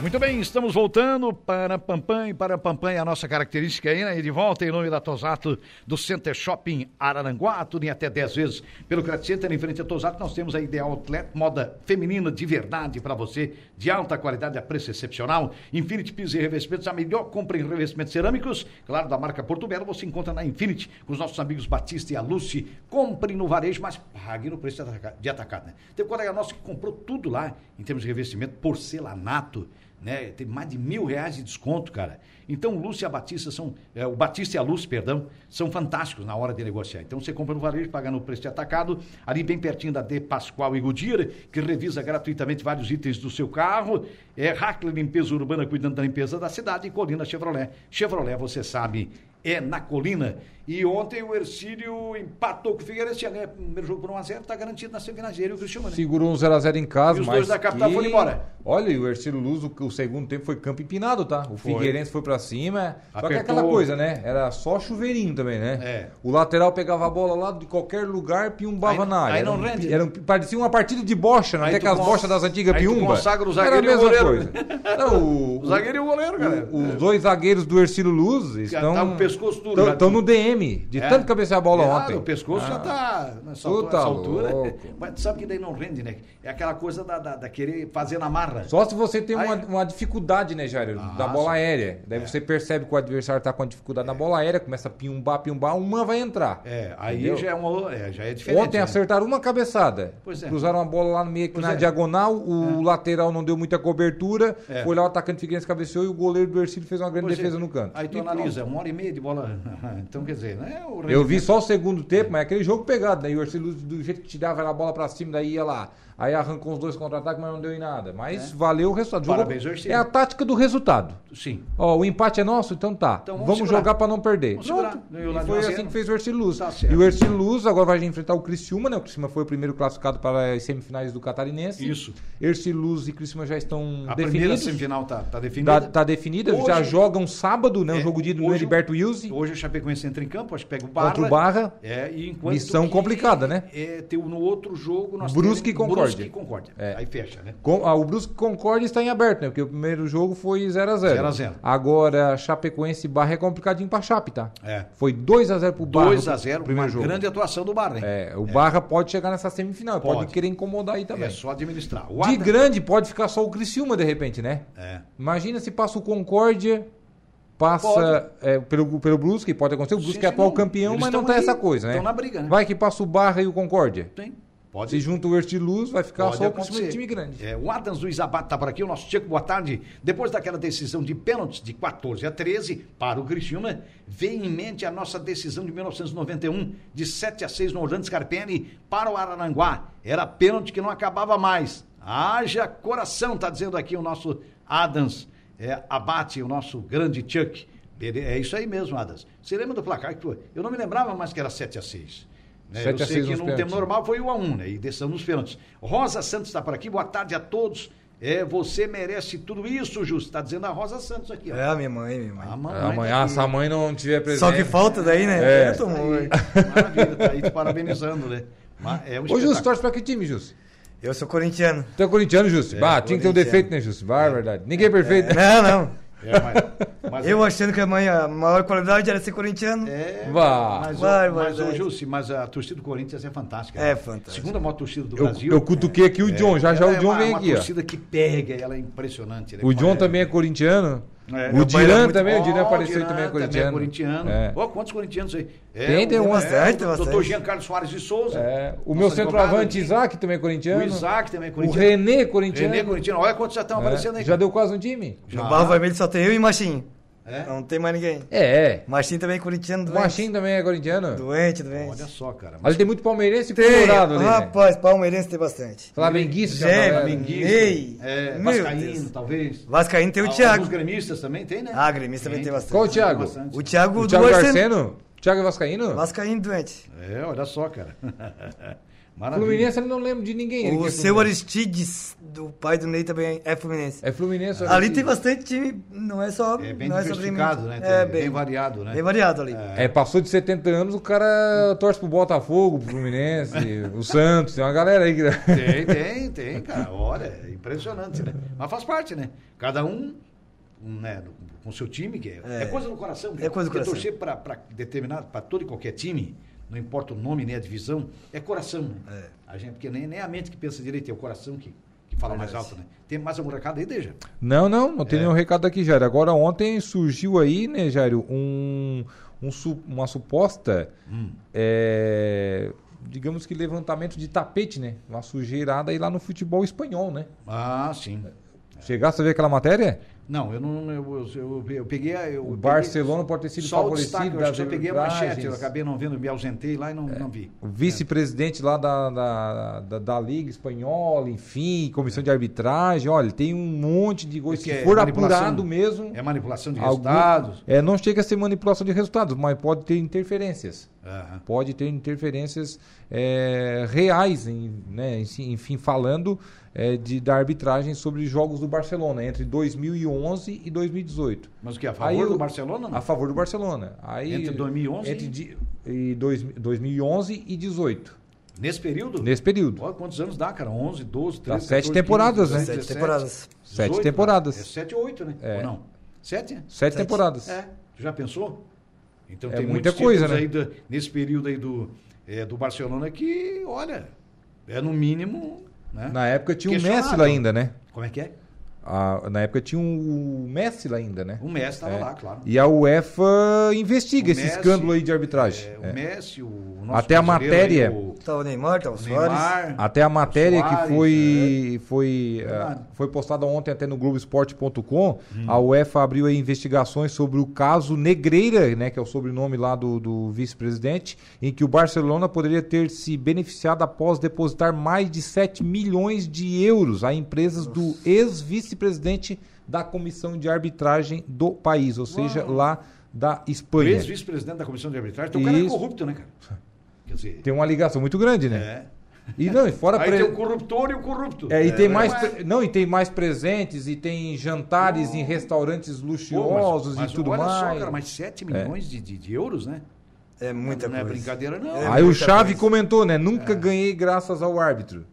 [SPEAKER 2] Muito bem, estamos voltando para Pampam e para Pampam é a nossa característica aí, né? E de volta em nome da Tosato do Center Shopping Araranguá, tudo em até 10 vezes pelo Credit Center em frente a Tosato. Nós temos a Ideal Outlet, moda feminina de verdade para você, de alta qualidade a preço excepcional. Infinity Pisos e Revestimentos, a melhor compra em revestimentos cerâmicos, claro, da marca Porto Belo, você encontra na Infinity com os nossos amigos Batista e a Lucy. Compre no varejo, mas pague no preço de ataca- de atacado, né? Tem um colega nosso que comprou tudo lá em termos de revestimento, porcelanato né? Tem mais de mil reais de desconto, cara. Então, o Lúcio e a Batista são. é, o Batista e a Lúcia, perdão, são fantásticos na hora de negociar. Então, você compra no varejo, paga no preço de atacado, ali bem pertinho da D Pascoal e Goodyear, que revisa gratuitamente vários itens do seu carro. É Hackler Limpeza Urbana, cuidando da limpeza da cidade, e Colina Chevrolet. Chevrolet, você sabe, é na Colina. E ontem o Ercílio empatou com o Figueirense, tinha ganho o é, primeiro jogo por 1x0, está tá garantido na semifinal. E o Cristiano, né?
[SPEAKER 3] Segurou um 0x0 em casa,
[SPEAKER 2] E os
[SPEAKER 3] mas.
[SPEAKER 2] dois da capital
[SPEAKER 3] que-
[SPEAKER 2] foram embora.
[SPEAKER 3] Olha, e o Ercílio Luz, o, o segundo tempo foi campo empinado, tá? O Figueirense foi pra cima. Só que
[SPEAKER 2] Apertou.
[SPEAKER 3] é aquela coisa, né? Era só chuveirinho também, né?
[SPEAKER 2] É.
[SPEAKER 3] O lateral pegava a bola lá de qualquer lugar, piumbava
[SPEAKER 2] Aí-
[SPEAKER 3] na área.
[SPEAKER 2] aí
[SPEAKER 3] Era
[SPEAKER 2] não
[SPEAKER 3] um-
[SPEAKER 2] rende.
[SPEAKER 3] era um- parecia uma partida de bocha, né?
[SPEAKER 2] Aí
[SPEAKER 3] Até
[SPEAKER 2] tu
[SPEAKER 3] aquelas
[SPEAKER 2] cons-
[SPEAKER 3] bochas das antigas
[SPEAKER 2] aí tu
[SPEAKER 3] piumba.
[SPEAKER 2] consagra o
[SPEAKER 3] Era a
[SPEAKER 2] zagueiro e o
[SPEAKER 3] mesma
[SPEAKER 2] goleiro.
[SPEAKER 3] coisa. Não, o,
[SPEAKER 2] [LAUGHS] O zagueiro e o goleiro, galera.
[SPEAKER 3] os dois zagueiros do Ercílio Luz
[SPEAKER 2] Já
[SPEAKER 3] estão.
[SPEAKER 2] tá o pescoço duro, já.
[SPEAKER 3] Estão no DM, de
[SPEAKER 2] É.
[SPEAKER 3] tanto cabecear a bola
[SPEAKER 2] Claro,
[SPEAKER 3] ontem. Ah.
[SPEAKER 2] O pescoço já tá nessa
[SPEAKER 3] tu
[SPEAKER 2] altura.
[SPEAKER 3] tá
[SPEAKER 2] nessa altura.
[SPEAKER 3] louco.
[SPEAKER 2] Mas tu sabe que daí não rende, né? É aquela coisa da, da- da querer fazer na marra.
[SPEAKER 3] Só se você tem
[SPEAKER 2] Aí-
[SPEAKER 3] uma, uma dificuldade, né, Jair?
[SPEAKER 2] Ah,
[SPEAKER 3] da
[SPEAKER 2] sim.
[SPEAKER 3] bola
[SPEAKER 2] É.
[SPEAKER 3] aérea. Daí você percebe que o adversário tá com a dificuldade na bola aérea, começa a piumbar, piumbar, uma vai entrar.
[SPEAKER 2] É, aí
[SPEAKER 3] Entendeu?
[SPEAKER 2] já é, uma, é, já é diferente.
[SPEAKER 3] Ontem
[SPEAKER 2] né?
[SPEAKER 3] acertaram uma cabeçada.
[SPEAKER 2] Pois é.
[SPEAKER 3] Cruzaram a bola lá no meio, aqui
[SPEAKER 2] Pois
[SPEAKER 3] na
[SPEAKER 2] é.
[SPEAKER 3] diagonal, o lateral não deu muita cobertura,
[SPEAKER 2] É.
[SPEAKER 3] foi lá o atacante Figueirense cabeceou e o goleiro do Ercílio fez uma grande
[SPEAKER 2] Pois é.
[SPEAKER 3] defesa no canto.
[SPEAKER 2] Aí tu
[SPEAKER 3] E
[SPEAKER 2] analisa, uma hora e meia de bola. [LAUGHS] então quer dizer, né? O
[SPEAKER 3] Eu
[SPEAKER 2] rendimento-
[SPEAKER 3] vi só o segundo tempo, mas é aquele jogo pegado, né? E o Ercílio, do jeito que tirava era a bola pra cima, daí ia lá. Aí arrancou os dois contra-ataques, mas não deu em nada. Mas valeu o resultado. Jogou-
[SPEAKER 2] É. Parabéns, Ercílio.
[SPEAKER 3] é a tática do resultado.
[SPEAKER 2] Sim.
[SPEAKER 3] Ó, o empate é nosso, então tá.
[SPEAKER 2] Então vamos
[SPEAKER 3] vamos
[SPEAKER 2] segurar.
[SPEAKER 3] jogar pra não perder.
[SPEAKER 2] Vamos segurar.
[SPEAKER 3] Pronto.
[SPEAKER 2] Ganhou lá
[SPEAKER 3] E
[SPEAKER 2] de
[SPEAKER 3] foi
[SPEAKER 2] 1 a 0.
[SPEAKER 3] assim que fez o Ercílio Luz.
[SPEAKER 2] Tá certo.
[SPEAKER 3] e o Ercílio Luz agora vai enfrentar o Criciúma, né? O Criciúma foi o primeiro classificado para as semifinais do Catarinense.
[SPEAKER 2] Isso.
[SPEAKER 3] Ercílio Luz e Criciúma já estão
[SPEAKER 2] A primeira
[SPEAKER 3] definidos.
[SPEAKER 2] semifinal tá, tá definida.
[SPEAKER 3] Tá, tá definida,
[SPEAKER 2] Hoje-
[SPEAKER 3] já jogam sábado, né? Um
[SPEAKER 2] É,
[SPEAKER 3] jogo de
[SPEAKER 2] hoje-
[SPEAKER 3] no Heriberto Wilson
[SPEAKER 2] Hoje o Chapecoense entra em campo, acho que pega o Barra.
[SPEAKER 3] contra o Barra.
[SPEAKER 2] É, e enquanto
[SPEAKER 3] Missão
[SPEAKER 2] que,
[SPEAKER 3] complicada, né?
[SPEAKER 2] É, tem, no outro jogo nós
[SPEAKER 3] Brusque e
[SPEAKER 2] teremos
[SPEAKER 3] Concórdia.
[SPEAKER 2] Brusque e Concórdia.
[SPEAKER 3] É.
[SPEAKER 2] Aí fecha, né?
[SPEAKER 3] Com- ah, o Brusque Concorde está em aberto, né? Porque o primeiro jogo foi 0x0.
[SPEAKER 2] 0 a 0.
[SPEAKER 3] Agora, Chapecoense e Barra é complicadinho pra Chape, tá?
[SPEAKER 2] É.
[SPEAKER 3] Foi 2x0 pro Barra.
[SPEAKER 2] 2 a 0
[SPEAKER 3] o
[SPEAKER 2] uma
[SPEAKER 3] primeiro jogo.
[SPEAKER 2] grande atuação do Barra, hein?
[SPEAKER 3] É, o Barra pode chegar nessa semifinal, pode,
[SPEAKER 2] Pode.
[SPEAKER 3] querer incomodar aí também.
[SPEAKER 2] É só administrar. O
[SPEAKER 3] de
[SPEAKER 2] Adam-
[SPEAKER 3] grande pode ficar só o Criciúma de repente, né?
[SPEAKER 2] É.
[SPEAKER 3] Imagina se passa o Concórdia, passa é, pelo, pelo Brusque, pode acontecer. O Brusque
[SPEAKER 2] Sim,
[SPEAKER 3] é atual
[SPEAKER 2] sim,
[SPEAKER 3] campeão,
[SPEAKER 2] eles
[SPEAKER 3] mas não
[SPEAKER 2] estão
[SPEAKER 3] tá
[SPEAKER 2] aqui,
[SPEAKER 3] essa coisa, né?
[SPEAKER 2] estão na briga, né?
[SPEAKER 3] Vai que passa o Barra e o Concórdia.
[SPEAKER 2] Tem. Pode-
[SPEAKER 3] Se junta o Ertiluz, vai ficar
[SPEAKER 2] Pode
[SPEAKER 3] só
[SPEAKER 2] acontecer.
[SPEAKER 3] com esse time grande.
[SPEAKER 2] É, o Adams do Izabata está por aqui, o nosso Tico, boa tarde. Depois daquela decisão de pênaltis de 14 a 13 para o Criciúma, vem em mente a nossa decisão de 1991, de 7 a 6 no Orlando Scarpelli para o Araranguá. Era pênalti que não acabava mais. Haja coração, está dizendo aqui o nosso Adams é, Abate, o nosso grande Chuck. Bele- É isso aí mesmo, Adams. Você lembra do placar que foi? Eu não me lembrava mais que era 7 a 6 né?
[SPEAKER 3] 7
[SPEAKER 2] Eu
[SPEAKER 3] a
[SPEAKER 2] sei
[SPEAKER 3] 6
[SPEAKER 2] que
[SPEAKER 3] nos
[SPEAKER 2] no
[SPEAKER 3] pênaltis,
[SPEAKER 2] tempo
[SPEAKER 3] né?
[SPEAKER 2] normal foi 1 a 1 né? E decisão nos pênaltis. Rosa Santos está por aqui, boa tarde a todos. É, você merece tudo isso, Justo. Está dizendo a Rosa Santos aqui, ó.
[SPEAKER 4] É, minha mãe, minha mãe.
[SPEAKER 2] mamãe
[SPEAKER 3] Ah, É, Amanhã,
[SPEAKER 2] tá
[SPEAKER 3] se a mãe não tiver presente.
[SPEAKER 4] Só que falta daí, né?
[SPEAKER 3] É.
[SPEAKER 4] Eu tomo, hein?
[SPEAKER 2] aqui. Maravilha, tá aí te parabenizando, né? Mas é um
[SPEAKER 3] Ô, Júcio,
[SPEAKER 2] espetáculo.
[SPEAKER 3] torce pra que time, Júcio?
[SPEAKER 4] Eu sou corintiano.
[SPEAKER 3] Tu é corintiano, Júcio? bah, tinha que ter um
[SPEAKER 4] corintiano.
[SPEAKER 3] defeito, né, Júcio? Bah, é verdade. Ninguém é perfeito. né?
[SPEAKER 4] Não, não.
[SPEAKER 2] É, mas, mas-
[SPEAKER 4] Eu achando que a mãe, a maior qualidade era ser corintiano.
[SPEAKER 2] É,
[SPEAKER 3] Vá.
[SPEAKER 2] mas,
[SPEAKER 4] Vai,
[SPEAKER 2] o, mas,
[SPEAKER 4] vai,
[SPEAKER 2] o
[SPEAKER 4] vai.
[SPEAKER 2] Jussi, mas a torcida do Corinthians é fantástica.
[SPEAKER 4] É fantástica.
[SPEAKER 2] Segunda maior torcida do
[SPEAKER 3] Eu,
[SPEAKER 2] Brasil.
[SPEAKER 3] eu cutuquei aqui o John, já já
[SPEAKER 2] Ela
[SPEAKER 3] o John
[SPEAKER 2] é uma,
[SPEAKER 3] vem
[SPEAKER 2] uma
[SPEAKER 3] aqui, ó.
[SPEAKER 2] torcida que pega, ela é impressionante. né?
[SPEAKER 3] O John
[SPEAKER 2] É.
[SPEAKER 3] também é corintiano.
[SPEAKER 2] É,
[SPEAKER 3] o
[SPEAKER 2] meu
[SPEAKER 4] pai era
[SPEAKER 3] Diran
[SPEAKER 4] muito
[SPEAKER 3] também, o Diran
[SPEAKER 2] Ó,
[SPEAKER 3] apareceu
[SPEAKER 2] Diran
[SPEAKER 3] também é
[SPEAKER 2] é
[SPEAKER 3] corintiano.
[SPEAKER 2] corintiano.
[SPEAKER 3] É.
[SPEAKER 2] Ó, quantos corintianos aí? É,
[SPEAKER 3] Tem, tem
[SPEAKER 2] o-
[SPEAKER 3] um
[SPEAKER 4] bastante,
[SPEAKER 2] o doutor
[SPEAKER 4] bastante.
[SPEAKER 2] Jean Carlos Soares de Souza.
[SPEAKER 3] É,
[SPEAKER 2] nosso
[SPEAKER 3] o meu
[SPEAKER 2] advogado
[SPEAKER 3] centroavante
[SPEAKER 2] aqui.
[SPEAKER 3] Isaac também é corintiano.
[SPEAKER 2] O Isaac também é
[SPEAKER 3] O
[SPEAKER 2] corintiano.
[SPEAKER 3] René corintiano.
[SPEAKER 2] René corintiano. Olha quantos já estão
[SPEAKER 3] É,
[SPEAKER 2] aparecendo aí.
[SPEAKER 3] Já deu quase um time?
[SPEAKER 2] Já.
[SPEAKER 4] No Barro Vermelho só tem eu e Machinho.
[SPEAKER 2] É?
[SPEAKER 4] Não tem mais ninguém.
[SPEAKER 3] É, é.
[SPEAKER 4] Machinho também é corintiano
[SPEAKER 3] O
[SPEAKER 4] doente.
[SPEAKER 3] Machinho também é corintiano.
[SPEAKER 4] Doente, doente.
[SPEAKER 2] Olha só, cara.
[SPEAKER 3] Ali tem muito palmeirense e
[SPEAKER 4] Tem,
[SPEAKER 3] colorado ali. Né?
[SPEAKER 4] rapaz, palmeirense tem bastante.
[SPEAKER 3] Flamenguista.
[SPEAKER 4] Gêmeo,
[SPEAKER 3] galera.
[SPEAKER 4] Flamenguista.
[SPEAKER 2] Guista,
[SPEAKER 4] Ei,
[SPEAKER 2] é,
[SPEAKER 4] meu
[SPEAKER 2] Vascaíno,
[SPEAKER 4] Deus.
[SPEAKER 2] talvez.
[SPEAKER 4] Vascaíno tem
[SPEAKER 3] Ah,
[SPEAKER 4] o
[SPEAKER 2] Alguns
[SPEAKER 4] Thiago.
[SPEAKER 2] gremistas também tem, né?
[SPEAKER 4] Ah, gremista também tem bastante.
[SPEAKER 3] Qual o Thiago?
[SPEAKER 2] Bastante.
[SPEAKER 4] O Thiago,
[SPEAKER 3] O Thiago
[SPEAKER 4] do Arseno.
[SPEAKER 3] Arseno? Thiago é Vascaíno?
[SPEAKER 4] Vascaíno doente.
[SPEAKER 2] É, olha só, cara. [LAUGHS] Maravilha.
[SPEAKER 3] Fluminense eu não lembro de ninguém. Ele que
[SPEAKER 4] O
[SPEAKER 3] é
[SPEAKER 4] seu
[SPEAKER 3] Fluminense.
[SPEAKER 4] Aristides, do pai do Ney, também é Fluminense.
[SPEAKER 3] É Fluminense.
[SPEAKER 4] Ali
[SPEAKER 3] Aristides.
[SPEAKER 4] tem bastante time, não é só.
[SPEAKER 2] É bem
[SPEAKER 4] não é só
[SPEAKER 2] diversificado, né?
[SPEAKER 4] gremista.
[SPEAKER 2] Tem-
[SPEAKER 4] É
[SPEAKER 2] bem,
[SPEAKER 4] bem,
[SPEAKER 2] variado, né?
[SPEAKER 4] bem variado ali.
[SPEAKER 3] É, passou de 70 anos, o cara torce pro Botafogo, pro Fluminense, o Santos, tem uma galera aí que.
[SPEAKER 2] Tem, tem, tem, cara. Olha, é impressionante, né? Mas faz parte, né? Cada um, um, né, no- com seu time, que é, é
[SPEAKER 4] É.
[SPEAKER 2] coisa do coração.
[SPEAKER 4] É coisa do
[SPEAKER 2] porque
[SPEAKER 4] coração.
[SPEAKER 2] torcer para determinado, para todo e qualquer time, não importa o nome nem a divisão, é coração, né? A gente, porque nem, nem a mente que pensa direito, é o coração que, que fala mais alto, né? Tem mais algum recado aí, Deja?
[SPEAKER 3] Não, não, não
[SPEAKER 2] É.
[SPEAKER 3] tem nenhum recado aqui, Jairo. Agora, ontem surgiu aí, né, Jairo, um, um su- uma suposta,
[SPEAKER 2] Hum.
[SPEAKER 3] é, digamos que levantamento de tapete, né? Uma sujeirada aí lá no futebol espanhol, né?
[SPEAKER 2] Ah, sim.
[SPEAKER 3] Chegaste a ver aquela matéria?
[SPEAKER 2] Não, eu não. Eu, eu, eu peguei. a- Eu
[SPEAKER 3] O
[SPEAKER 2] peguei-
[SPEAKER 3] Barcelona pode ter sido
[SPEAKER 2] só o
[SPEAKER 3] favorecido
[SPEAKER 2] destaque, eu
[SPEAKER 3] das
[SPEAKER 2] acho que eu peguei a manchete, eu
[SPEAKER 3] arbitragens.
[SPEAKER 2] acabei não vendo, me ausentei lá e não, não vi.
[SPEAKER 3] O vice-presidente lá da, da, da, da Liga Espanhola, enfim, comissão de arbitragem, olha, tem um monte de coisa.
[SPEAKER 2] Porque
[SPEAKER 3] Se for
[SPEAKER 2] É manipulação-
[SPEAKER 3] apurado mesmo.
[SPEAKER 2] É manipulação de
[SPEAKER 3] algum-
[SPEAKER 2] resultados.
[SPEAKER 3] É, não chega a ser manipulação de resultados, mas pode ter interferências.
[SPEAKER 2] Aham.
[SPEAKER 3] Pode ter interferências é, reais, em, né, enfim, enfim, falando é, de, da arbitragem sobre jogos do Barcelona entre 2011 e 2018.
[SPEAKER 2] Mas o que? A favor
[SPEAKER 3] Aí
[SPEAKER 2] do
[SPEAKER 3] o-
[SPEAKER 2] Barcelona?
[SPEAKER 3] A favor do Barcelona. Aí,
[SPEAKER 2] Entre 2011
[SPEAKER 3] entre
[SPEAKER 2] e-
[SPEAKER 3] de- e dois- 2011 e 18.
[SPEAKER 2] Nesse período?
[SPEAKER 3] Nesse período.
[SPEAKER 2] Olha quantos anos dá, cara? 11, 12, 13,
[SPEAKER 3] Dá sete temporadas, né?
[SPEAKER 4] Sete temporadas.
[SPEAKER 3] Sete temporadas.
[SPEAKER 2] É 7 ou 8, né?
[SPEAKER 3] É.
[SPEAKER 2] Ou não? 7? Sete?
[SPEAKER 3] Sete temporadas.
[SPEAKER 2] É. Tu já pensou? Então
[SPEAKER 3] É
[SPEAKER 2] tem
[SPEAKER 3] muita
[SPEAKER 2] muitos
[SPEAKER 3] coisa,
[SPEAKER 2] títulos
[SPEAKER 3] né?
[SPEAKER 2] aí da- nesse período aí do, é, do Barcelona que, olha, é no mínimo. Né?
[SPEAKER 3] Na época tinha o
[SPEAKER 2] Questionável.
[SPEAKER 3] Messi lá ainda, né?
[SPEAKER 2] Como é que é?
[SPEAKER 3] A- na época tinha o Messi lá ainda, né?
[SPEAKER 2] O Messi estava
[SPEAKER 3] É.
[SPEAKER 2] lá, claro.
[SPEAKER 3] E a UEFA investiga
[SPEAKER 2] O
[SPEAKER 3] esse
[SPEAKER 2] Messi,
[SPEAKER 3] escândalo aí de arbitragem.
[SPEAKER 2] É, o
[SPEAKER 3] É.
[SPEAKER 2] Messi, o nosso
[SPEAKER 3] Até a
[SPEAKER 2] brasileiro
[SPEAKER 3] matéria.
[SPEAKER 2] aí, o
[SPEAKER 4] Tava Tá o Neymar, tava o Soares.
[SPEAKER 2] Neymar.
[SPEAKER 3] Até a matéria
[SPEAKER 2] Soares, né?
[SPEAKER 3] que foi, foi,
[SPEAKER 2] Verdade.
[SPEAKER 3] ah, foi postada ontem até no Globoesporte.com, a UEFA abriu aí investigações sobre o caso Negreira, né, que é o sobrenome lá do, do vice-presidente, em que o Barcelona poderia ter se beneficiado após depositar mais de 7 milhões de euros a empresas do ex-vice-presidente da comissão de arbitragem do país, ou seja, lá da
[SPEAKER 2] o
[SPEAKER 3] Espanha.
[SPEAKER 2] ex-vice-presidente da comissão de arbitragem. Então o cara é
[SPEAKER 3] Isso.
[SPEAKER 2] corrupto, né, cara? Quer dizer.
[SPEAKER 3] Tem uma ligação muito grande, né?
[SPEAKER 2] É.
[SPEAKER 3] E não, e fora
[SPEAKER 2] Aí
[SPEAKER 3] pre-
[SPEAKER 2] tem um o corruptor e o corrupto.
[SPEAKER 3] É, e tem
[SPEAKER 2] né?
[SPEAKER 3] mais
[SPEAKER 2] Mas-
[SPEAKER 3] pre- não e tem mais presentes e tem jantares em restaurantes
[SPEAKER 2] Pô, mas-
[SPEAKER 3] luxuosos
[SPEAKER 2] mas
[SPEAKER 3] e tudo
[SPEAKER 2] olha
[SPEAKER 3] mais. É.
[SPEAKER 2] Só, cara, mas 7 milhões de, de, de euros, né?
[SPEAKER 4] É muita
[SPEAKER 2] não
[SPEAKER 4] coisa.
[SPEAKER 2] é brincadeira, não.
[SPEAKER 4] É
[SPEAKER 3] Aí o
[SPEAKER 4] muita
[SPEAKER 3] Chave
[SPEAKER 4] coisa.
[SPEAKER 3] comentou, né? Nunca ganhei graças ao árbitro.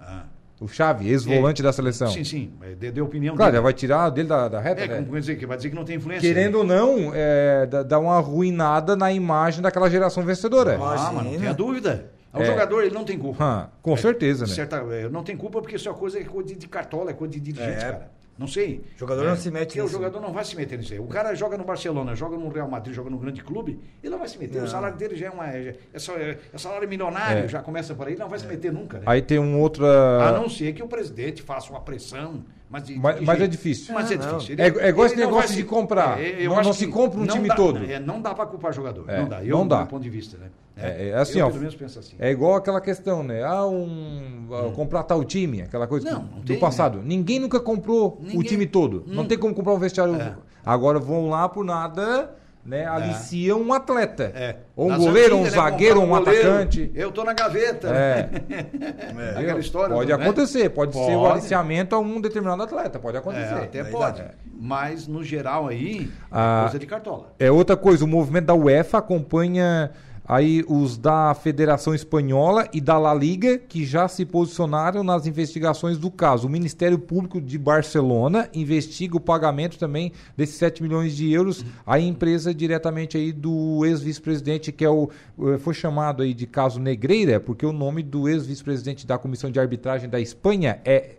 [SPEAKER 2] Ah.
[SPEAKER 3] O Chave, ex-volante da seleção.
[SPEAKER 2] Sim, sim. é, Deu, deu opinião
[SPEAKER 3] Claro, já
[SPEAKER 2] dele.
[SPEAKER 3] vai tirar dele da, da reta,
[SPEAKER 2] É,
[SPEAKER 3] né?
[SPEAKER 2] como quer dizer, que vai dizer que não tem influência.
[SPEAKER 3] Querendo
[SPEAKER 2] né?
[SPEAKER 3] ou não, é, dá, dá uma arruinada na imagem daquela geração vencedora.
[SPEAKER 2] Ah, mas não
[SPEAKER 4] Imagina.
[SPEAKER 2] tenha dúvida. O
[SPEAKER 3] É.
[SPEAKER 2] jogador, ele não tem culpa.
[SPEAKER 3] Hã, com certeza, né?
[SPEAKER 2] é Certa, é, não tem culpa porque isso é coisa é coisa de, de cartola, é coisa de dirigente,
[SPEAKER 4] É.
[SPEAKER 2] cara. Não sei. É,
[SPEAKER 4] O jogador não se mete
[SPEAKER 2] Porque O
[SPEAKER 4] nisso.
[SPEAKER 2] jogador não vai se meter nisso aí. O cara joga no Barcelona, joga no Real Madrid, joga num grande clube, ele não vai se meter. O salário dele já é uma. É, é só- é- é salário milionário, já começa por aí, ele não
[SPEAKER 4] É.
[SPEAKER 2] vai se meter nunca, né?
[SPEAKER 3] Aí tem um outra.
[SPEAKER 2] A Ah, não ser que o presidente faça uma pressão. Mas, de-
[SPEAKER 3] Mas-
[SPEAKER 2] de-
[SPEAKER 3] mas é difícil.
[SPEAKER 2] Mas é
[SPEAKER 4] Ah, não.
[SPEAKER 2] difícil.
[SPEAKER 3] É- é igual esse
[SPEAKER 2] ele não
[SPEAKER 3] negócio
[SPEAKER 2] vai É,
[SPEAKER 3] de comprar.
[SPEAKER 2] eu
[SPEAKER 3] Não-
[SPEAKER 2] acho
[SPEAKER 3] não se
[SPEAKER 2] que
[SPEAKER 3] compra um
[SPEAKER 2] não
[SPEAKER 3] time
[SPEAKER 2] dá-
[SPEAKER 3] todo.
[SPEAKER 2] é, não dá para culpar jogador.
[SPEAKER 3] É,
[SPEAKER 2] não dá. Eu,
[SPEAKER 3] não dá.
[SPEAKER 2] Do meu ponto de vista, né?
[SPEAKER 3] É, é assim,
[SPEAKER 2] eu,
[SPEAKER 3] ó,
[SPEAKER 2] Pelo menos penso assim.
[SPEAKER 3] É igual aquela questão, né? Ah, um. ah, Comprar tal time, aquela coisa
[SPEAKER 2] Hum. Não,
[SPEAKER 3] que-
[SPEAKER 2] não
[SPEAKER 3] do
[SPEAKER 2] tem, né?
[SPEAKER 3] passado. Ninguém nunca comprou o
[SPEAKER 2] Ninguém. Hum. É.
[SPEAKER 3] time todo. Não tem como comprar um vestiário. Agora vão lá por nada, né? Aliciam um atleta.
[SPEAKER 2] É.
[SPEAKER 3] Ou um
[SPEAKER 2] Nas
[SPEAKER 3] goleiro, ou um
[SPEAKER 2] antigas, né,
[SPEAKER 3] zagueiro, ou um
[SPEAKER 2] comprar goleiro,
[SPEAKER 3] atacante.
[SPEAKER 2] Eu tô na gaveta. [LAUGHS]
[SPEAKER 3] É.
[SPEAKER 2] Aquela história.
[SPEAKER 3] pode
[SPEAKER 2] né?
[SPEAKER 3] acontecer, pode, ser o
[SPEAKER 2] Pode.
[SPEAKER 3] aliciamento a um determinado atleta, pode
[SPEAKER 2] É,
[SPEAKER 3] acontecer. Né?
[SPEAKER 2] até pode. Mas, no geral, aí,
[SPEAKER 3] Ah.
[SPEAKER 2] é coisa de cartola.
[SPEAKER 3] É outra coisa, o movimento da UEFA acompanha aí os da Federação Espanhola e da La Liga, que já se posicionaram nas investigações do caso. O Ministério Público de Barcelona investiga o pagamento também desses 7 milhões de euros à empresa diretamente aí do ex-vice-presidente, que é o eh, foi chamado aí de caso Negreira, porque o nome do ex-vice-presidente da Comissão de Arbitragem da Espanha é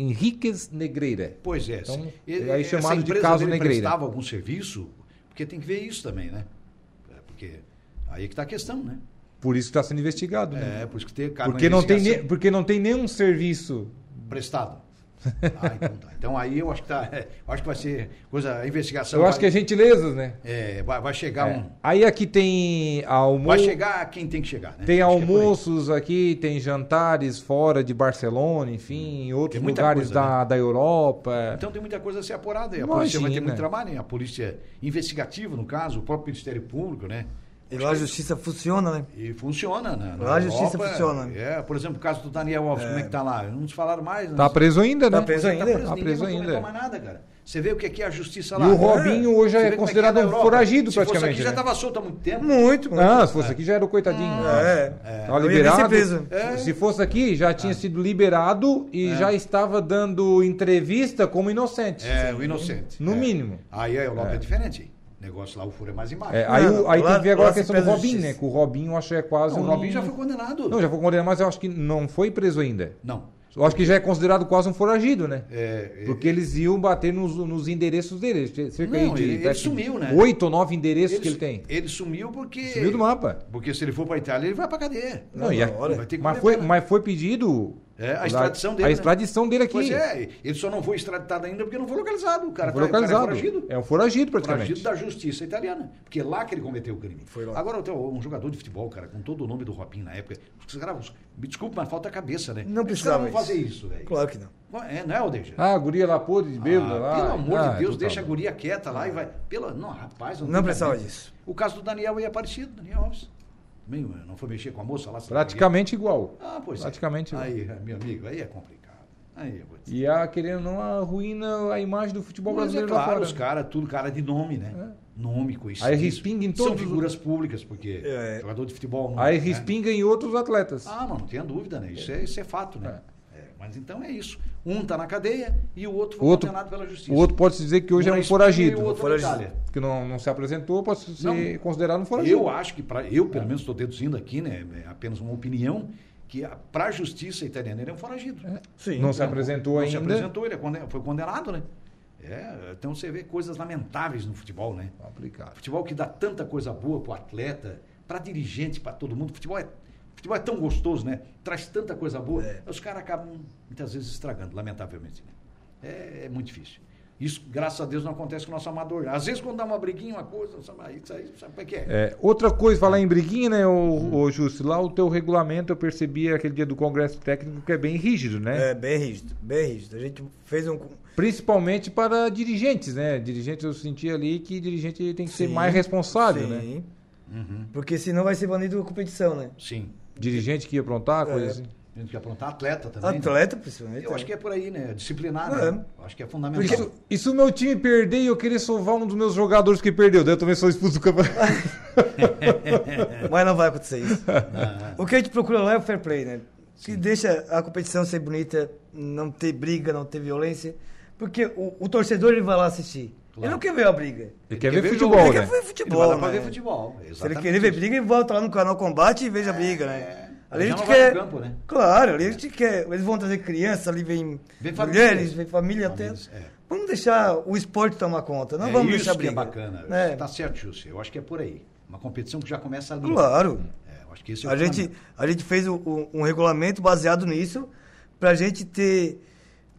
[SPEAKER 3] Henriquez Negreira.
[SPEAKER 2] Pois é.
[SPEAKER 3] Então,
[SPEAKER 2] E-
[SPEAKER 3] é aí
[SPEAKER 2] essa
[SPEAKER 3] chamado de
[SPEAKER 2] empresa
[SPEAKER 3] caso
[SPEAKER 2] dele
[SPEAKER 3] Negreira.
[SPEAKER 2] prestava algum serviço, porque tem que ver isso também, né? É, Porque aí que tá a questão, né?
[SPEAKER 3] Por isso que está sendo investigado, né?
[SPEAKER 2] É, por isso que tem cabe uma
[SPEAKER 3] Porque não, tem
[SPEAKER 2] investigação
[SPEAKER 3] ne- porque não tem nenhum serviço.
[SPEAKER 2] prestado. Ah, então tá. Então aí eu acho que tá, eu acho que vai ser coisa a investigação.
[SPEAKER 3] Eu acho que é
[SPEAKER 2] Então vai,
[SPEAKER 3] gentilezas, né?
[SPEAKER 2] é, vai, vai chegar
[SPEAKER 3] É.
[SPEAKER 2] um,
[SPEAKER 3] Aí aqui tem
[SPEAKER 2] vai
[SPEAKER 3] almoço.
[SPEAKER 2] chegar quem tem que chegar, né?
[SPEAKER 3] Tem
[SPEAKER 2] Acho que é por aí.
[SPEAKER 3] almoços aqui, tem jantares fora de Barcelona, enfim, em outros
[SPEAKER 2] Hum. Tem muita
[SPEAKER 3] lugares
[SPEAKER 2] coisa, né?
[SPEAKER 3] da, da Europa.
[SPEAKER 2] Então tem muita coisa a ser apurada. e A
[SPEAKER 3] Imagina.
[SPEAKER 2] polícia vai ter muito trabalho, né? a polícia investigativa, no caso, o próprio Ministério Público, né?
[SPEAKER 4] E lá a justiça funciona, né?
[SPEAKER 2] E funciona, né?
[SPEAKER 4] Lá a justiça funciona.
[SPEAKER 2] É, por exemplo, o caso do Daniel Alves, como é que tá lá? Não nos falaram mais, né?
[SPEAKER 3] Tá preso ainda, né?
[SPEAKER 4] Tá preso
[SPEAKER 3] Tá
[SPEAKER 4] ainda?
[SPEAKER 2] ninguém
[SPEAKER 3] preso
[SPEAKER 2] vai comentar
[SPEAKER 3] ainda.
[SPEAKER 2] mais nada, cara. Você vê o que é que é a justiça
[SPEAKER 3] E
[SPEAKER 2] lá.
[SPEAKER 3] o Robinho hoje
[SPEAKER 2] Você
[SPEAKER 3] é
[SPEAKER 2] vê como que tá
[SPEAKER 3] considerado
[SPEAKER 2] na
[SPEAKER 3] um
[SPEAKER 2] Europa.
[SPEAKER 3] foragido,
[SPEAKER 2] Se fosse
[SPEAKER 3] praticamente,
[SPEAKER 2] aqui já
[SPEAKER 3] né?
[SPEAKER 2] estava solto há muito tempo.
[SPEAKER 4] Muito, muito.
[SPEAKER 3] Ah, se fosse aqui já era o coitadinho.
[SPEAKER 4] É.
[SPEAKER 3] Tá
[SPEAKER 4] Eu ia
[SPEAKER 3] liberado.
[SPEAKER 4] ver se preso.
[SPEAKER 2] É.
[SPEAKER 3] Se- Se fosse aqui, já tinha
[SPEAKER 2] Ah.
[SPEAKER 3] sido liberado e já estava dando entrevista como inocente.
[SPEAKER 2] É, o inocente.
[SPEAKER 3] No
[SPEAKER 2] É.
[SPEAKER 3] mínimo.
[SPEAKER 2] Aí a Europa é, diferente. O negócio lá, o furo é mais embaixo.
[SPEAKER 3] É, aí
[SPEAKER 4] Não,
[SPEAKER 3] o- aí
[SPEAKER 4] lá-
[SPEAKER 3] tem que ver agora
[SPEAKER 4] lá
[SPEAKER 3] a
[SPEAKER 4] se
[SPEAKER 3] questão do
[SPEAKER 4] pesa
[SPEAKER 3] Robinho,
[SPEAKER 4] justiça.
[SPEAKER 3] né? Que o Robinho eu acho que é quase.
[SPEAKER 2] Não, o
[SPEAKER 3] um-
[SPEAKER 2] Robinho já foi condenado.
[SPEAKER 3] Não, já foi condenado, mas eu acho que não foi preso ainda.
[SPEAKER 2] Não.
[SPEAKER 3] Eu acho que já é considerado quase um foragido, né?
[SPEAKER 2] É, é,
[SPEAKER 3] Porque eles iam bater nos, nos endereços dele. Cerca aí
[SPEAKER 2] Não,
[SPEAKER 3] de,
[SPEAKER 2] ele- ele
[SPEAKER 3] parece que
[SPEAKER 2] sumiu, né?
[SPEAKER 3] Oito ou nove endereços que ele
[SPEAKER 2] su-
[SPEAKER 3] tem.
[SPEAKER 2] Ele sumiu porque.
[SPEAKER 3] Sumiu do mapa.
[SPEAKER 2] Porque se ele for pra Itália, ele vai pra cadeia.
[SPEAKER 3] Não, e a-
[SPEAKER 2] hora. Vai ter que
[SPEAKER 3] mas,
[SPEAKER 2] cumprir
[SPEAKER 3] foi,
[SPEAKER 2] pena.
[SPEAKER 3] mas foi pedido.
[SPEAKER 2] É, a
[SPEAKER 3] lá-
[SPEAKER 2] extradição dele,
[SPEAKER 3] A
[SPEAKER 2] né?
[SPEAKER 3] extradição dele aqui.
[SPEAKER 2] Pois é, ele só não foi extraditado ainda porque não foi localizado. O cara,
[SPEAKER 3] foi
[SPEAKER 2] tá- o cara
[SPEAKER 3] localizado.
[SPEAKER 2] é foragido.
[SPEAKER 3] um foragido, praticamente.
[SPEAKER 2] Foragido da justiça italiana, porque é lá que ele cometeu o crime. Agora, até um jogador de futebol, cara, com todo o nome do Robinho na época, os caras, me desculpe, mas falta a cabeça, né?
[SPEAKER 4] Não
[SPEAKER 2] Os
[SPEAKER 4] precisava
[SPEAKER 2] caras vão fazer
[SPEAKER 4] isso.
[SPEAKER 2] isso, velho.
[SPEAKER 4] Claro que não.
[SPEAKER 2] É, não é, Aldeja?
[SPEAKER 3] Ah, a guria lá pôde de bêbada
[SPEAKER 2] Ah,
[SPEAKER 3] lá.
[SPEAKER 2] Pelo amor
[SPEAKER 3] Ah,
[SPEAKER 2] de Deus,
[SPEAKER 3] então tá
[SPEAKER 2] deixa a
[SPEAKER 3] bom.
[SPEAKER 2] guria quieta lá e vai. Pela... Não, rapaz,
[SPEAKER 4] Não
[SPEAKER 2] tem
[SPEAKER 4] precisava
[SPEAKER 2] cabimento.
[SPEAKER 4] disso.
[SPEAKER 2] O caso do Daniel aí é parecido, Daniel Alves. Também, eh, não foi mexer com a moça lá. sabe
[SPEAKER 3] Praticamente igual.
[SPEAKER 2] o quê? Ah, pois é.
[SPEAKER 3] Praticamente igual.
[SPEAKER 2] Aí, eh, meu amigo, aí é complicado. Aí eu vou dizer.
[SPEAKER 3] E a, querendo ou não, arruína a imagem do futebol
[SPEAKER 2] Mas é
[SPEAKER 3] brasileiro lá
[SPEAKER 2] claro,
[SPEAKER 3] fora. É.
[SPEAKER 2] os caras, tudo cara de nome, né? Nome, conhecido.
[SPEAKER 3] Aí respinga em
[SPEAKER 2] São
[SPEAKER 3] todos os-
[SPEAKER 2] figuras públicas, porque
[SPEAKER 4] É.
[SPEAKER 2] jogador de futebol não.
[SPEAKER 3] Aí
[SPEAKER 2] né?
[SPEAKER 3] respinga em outros atletas.
[SPEAKER 2] Ah, não, não tenha dúvida, né? Isso é, isso é fato, né? É, mas então é isso. Um tá na cadeia e o outro foi
[SPEAKER 3] Outro-
[SPEAKER 2] condenado pela justiça.
[SPEAKER 3] O outro pode se dizer que hoje
[SPEAKER 2] Um
[SPEAKER 3] é
[SPEAKER 2] na
[SPEAKER 3] um
[SPEAKER 2] Espanha
[SPEAKER 3] foragido.
[SPEAKER 2] E o outro
[SPEAKER 4] Foragido.
[SPEAKER 2] na Itália.
[SPEAKER 3] Que não, não se apresentou, pode ser
[SPEAKER 2] Não.
[SPEAKER 3] considerado um foragido.
[SPEAKER 2] Eu acho que, pra, eu pelo menos estou deduzindo aqui, né, é apenas uma opinião, que para a justiça italiana ele é um foragido.
[SPEAKER 4] Sim.
[SPEAKER 3] Não se apresentou
[SPEAKER 2] né? Não se
[SPEAKER 3] ainda.
[SPEAKER 2] apresentou, ele é conde- foi condenado, né? É, então você vê coisas lamentáveis no futebol, né?
[SPEAKER 3] Complicado.
[SPEAKER 2] Futebol que dá tanta coisa boa para o atleta, para dirigente, para todo mundo. Futebol é, futebol é tão gostoso, né? Traz tanta coisa boa. Os caras acabam muitas vezes estragando, lamentavelmente. né? É, é muito difícil. Isso, graças a Deus, não acontece com o nosso amador. Às vezes, quando dá uma briguinha, uma coisa, sabe, isso aí, sabe como é que é?
[SPEAKER 3] É, outra coisa, falar em briguinha, né, o, Justo? Lá o teu regulamento, eu percebi aquele dia do Congresso Técnico que é bem rígido, né?
[SPEAKER 4] É, bem rígido, bem rígido. A gente fez um.
[SPEAKER 3] Principalmente para dirigentes, né? Dirigentes, eu senti ali que dirigente tem que ser
[SPEAKER 4] Sim,
[SPEAKER 3] mais responsável, né?
[SPEAKER 4] Sim.
[SPEAKER 2] Uhum.
[SPEAKER 4] Porque senão vai ser banido a competição, né?
[SPEAKER 2] Sim.
[SPEAKER 3] Dirigente que ia aprontar, coisa
[SPEAKER 4] É.
[SPEAKER 3] assim.
[SPEAKER 2] A gente quer aprontar atleta também. né?
[SPEAKER 4] Atleta, principalmente.
[SPEAKER 2] Eu acho que é por aí, né? Disciplinar,
[SPEAKER 4] É.
[SPEAKER 2] né? Eu acho que é fundamental.
[SPEAKER 3] Porque se, e se o meu time perder e eu querer salvar um dos meus jogadores que perdeu? Daí eu também sou expulso do campeonato.
[SPEAKER 2] [LAUGHS]
[SPEAKER 4] É. Mas não vai acontecer isso.
[SPEAKER 2] Ah,
[SPEAKER 4] O que a gente procura lá é o fair play, né? Que deixa a competição ser bonita, não ter briga, não ter violência. Porque o, o torcedor ele vai lá assistir. Ele não quer ver a briga.
[SPEAKER 3] Ele quer
[SPEAKER 2] quer
[SPEAKER 3] ver
[SPEAKER 2] ver
[SPEAKER 3] futebol,
[SPEAKER 2] jogo,
[SPEAKER 3] né?
[SPEAKER 4] ele quer ver
[SPEAKER 2] ele vai
[SPEAKER 4] futebol.
[SPEAKER 2] lá pra
[SPEAKER 4] né?
[SPEAKER 2] ver futebol.
[SPEAKER 4] Se ele
[SPEAKER 2] exatamente.
[SPEAKER 4] querer ver briga, ele volta lá no canal Combate e veja a briga, né? Ali a
[SPEAKER 2] Já
[SPEAKER 4] gente
[SPEAKER 2] não vai
[SPEAKER 4] quer.
[SPEAKER 2] pro campo, né?
[SPEAKER 4] Claro, ali a gente quer. Eles vão trazer criança, ali vem,
[SPEAKER 2] Vem família.
[SPEAKER 4] mulheres, vem família até.
[SPEAKER 2] Famílias, é.
[SPEAKER 4] Vamos deixar o esporte tomar conta, não
[SPEAKER 2] é
[SPEAKER 4] então vamos
[SPEAKER 2] isso
[SPEAKER 4] deixar
[SPEAKER 2] que é
[SPEAKER 4] briga.
[SPEAKER 2] bacana.
[SPEAKER 4] né?
[SPEAKER 2] Tá certo, Júcio. Eu acho que é por aí. Uma competição que já começa ali.
[SPEAKER 4] Claro.
[SPEAKER 2] É, eu acho que esse é o
[SPEAKER 4] A gente,
[SPEAKER 2] fundamento.
[SPEAKER 4] a gente fez o- o- um regulamento baseado nisso para a gente ter,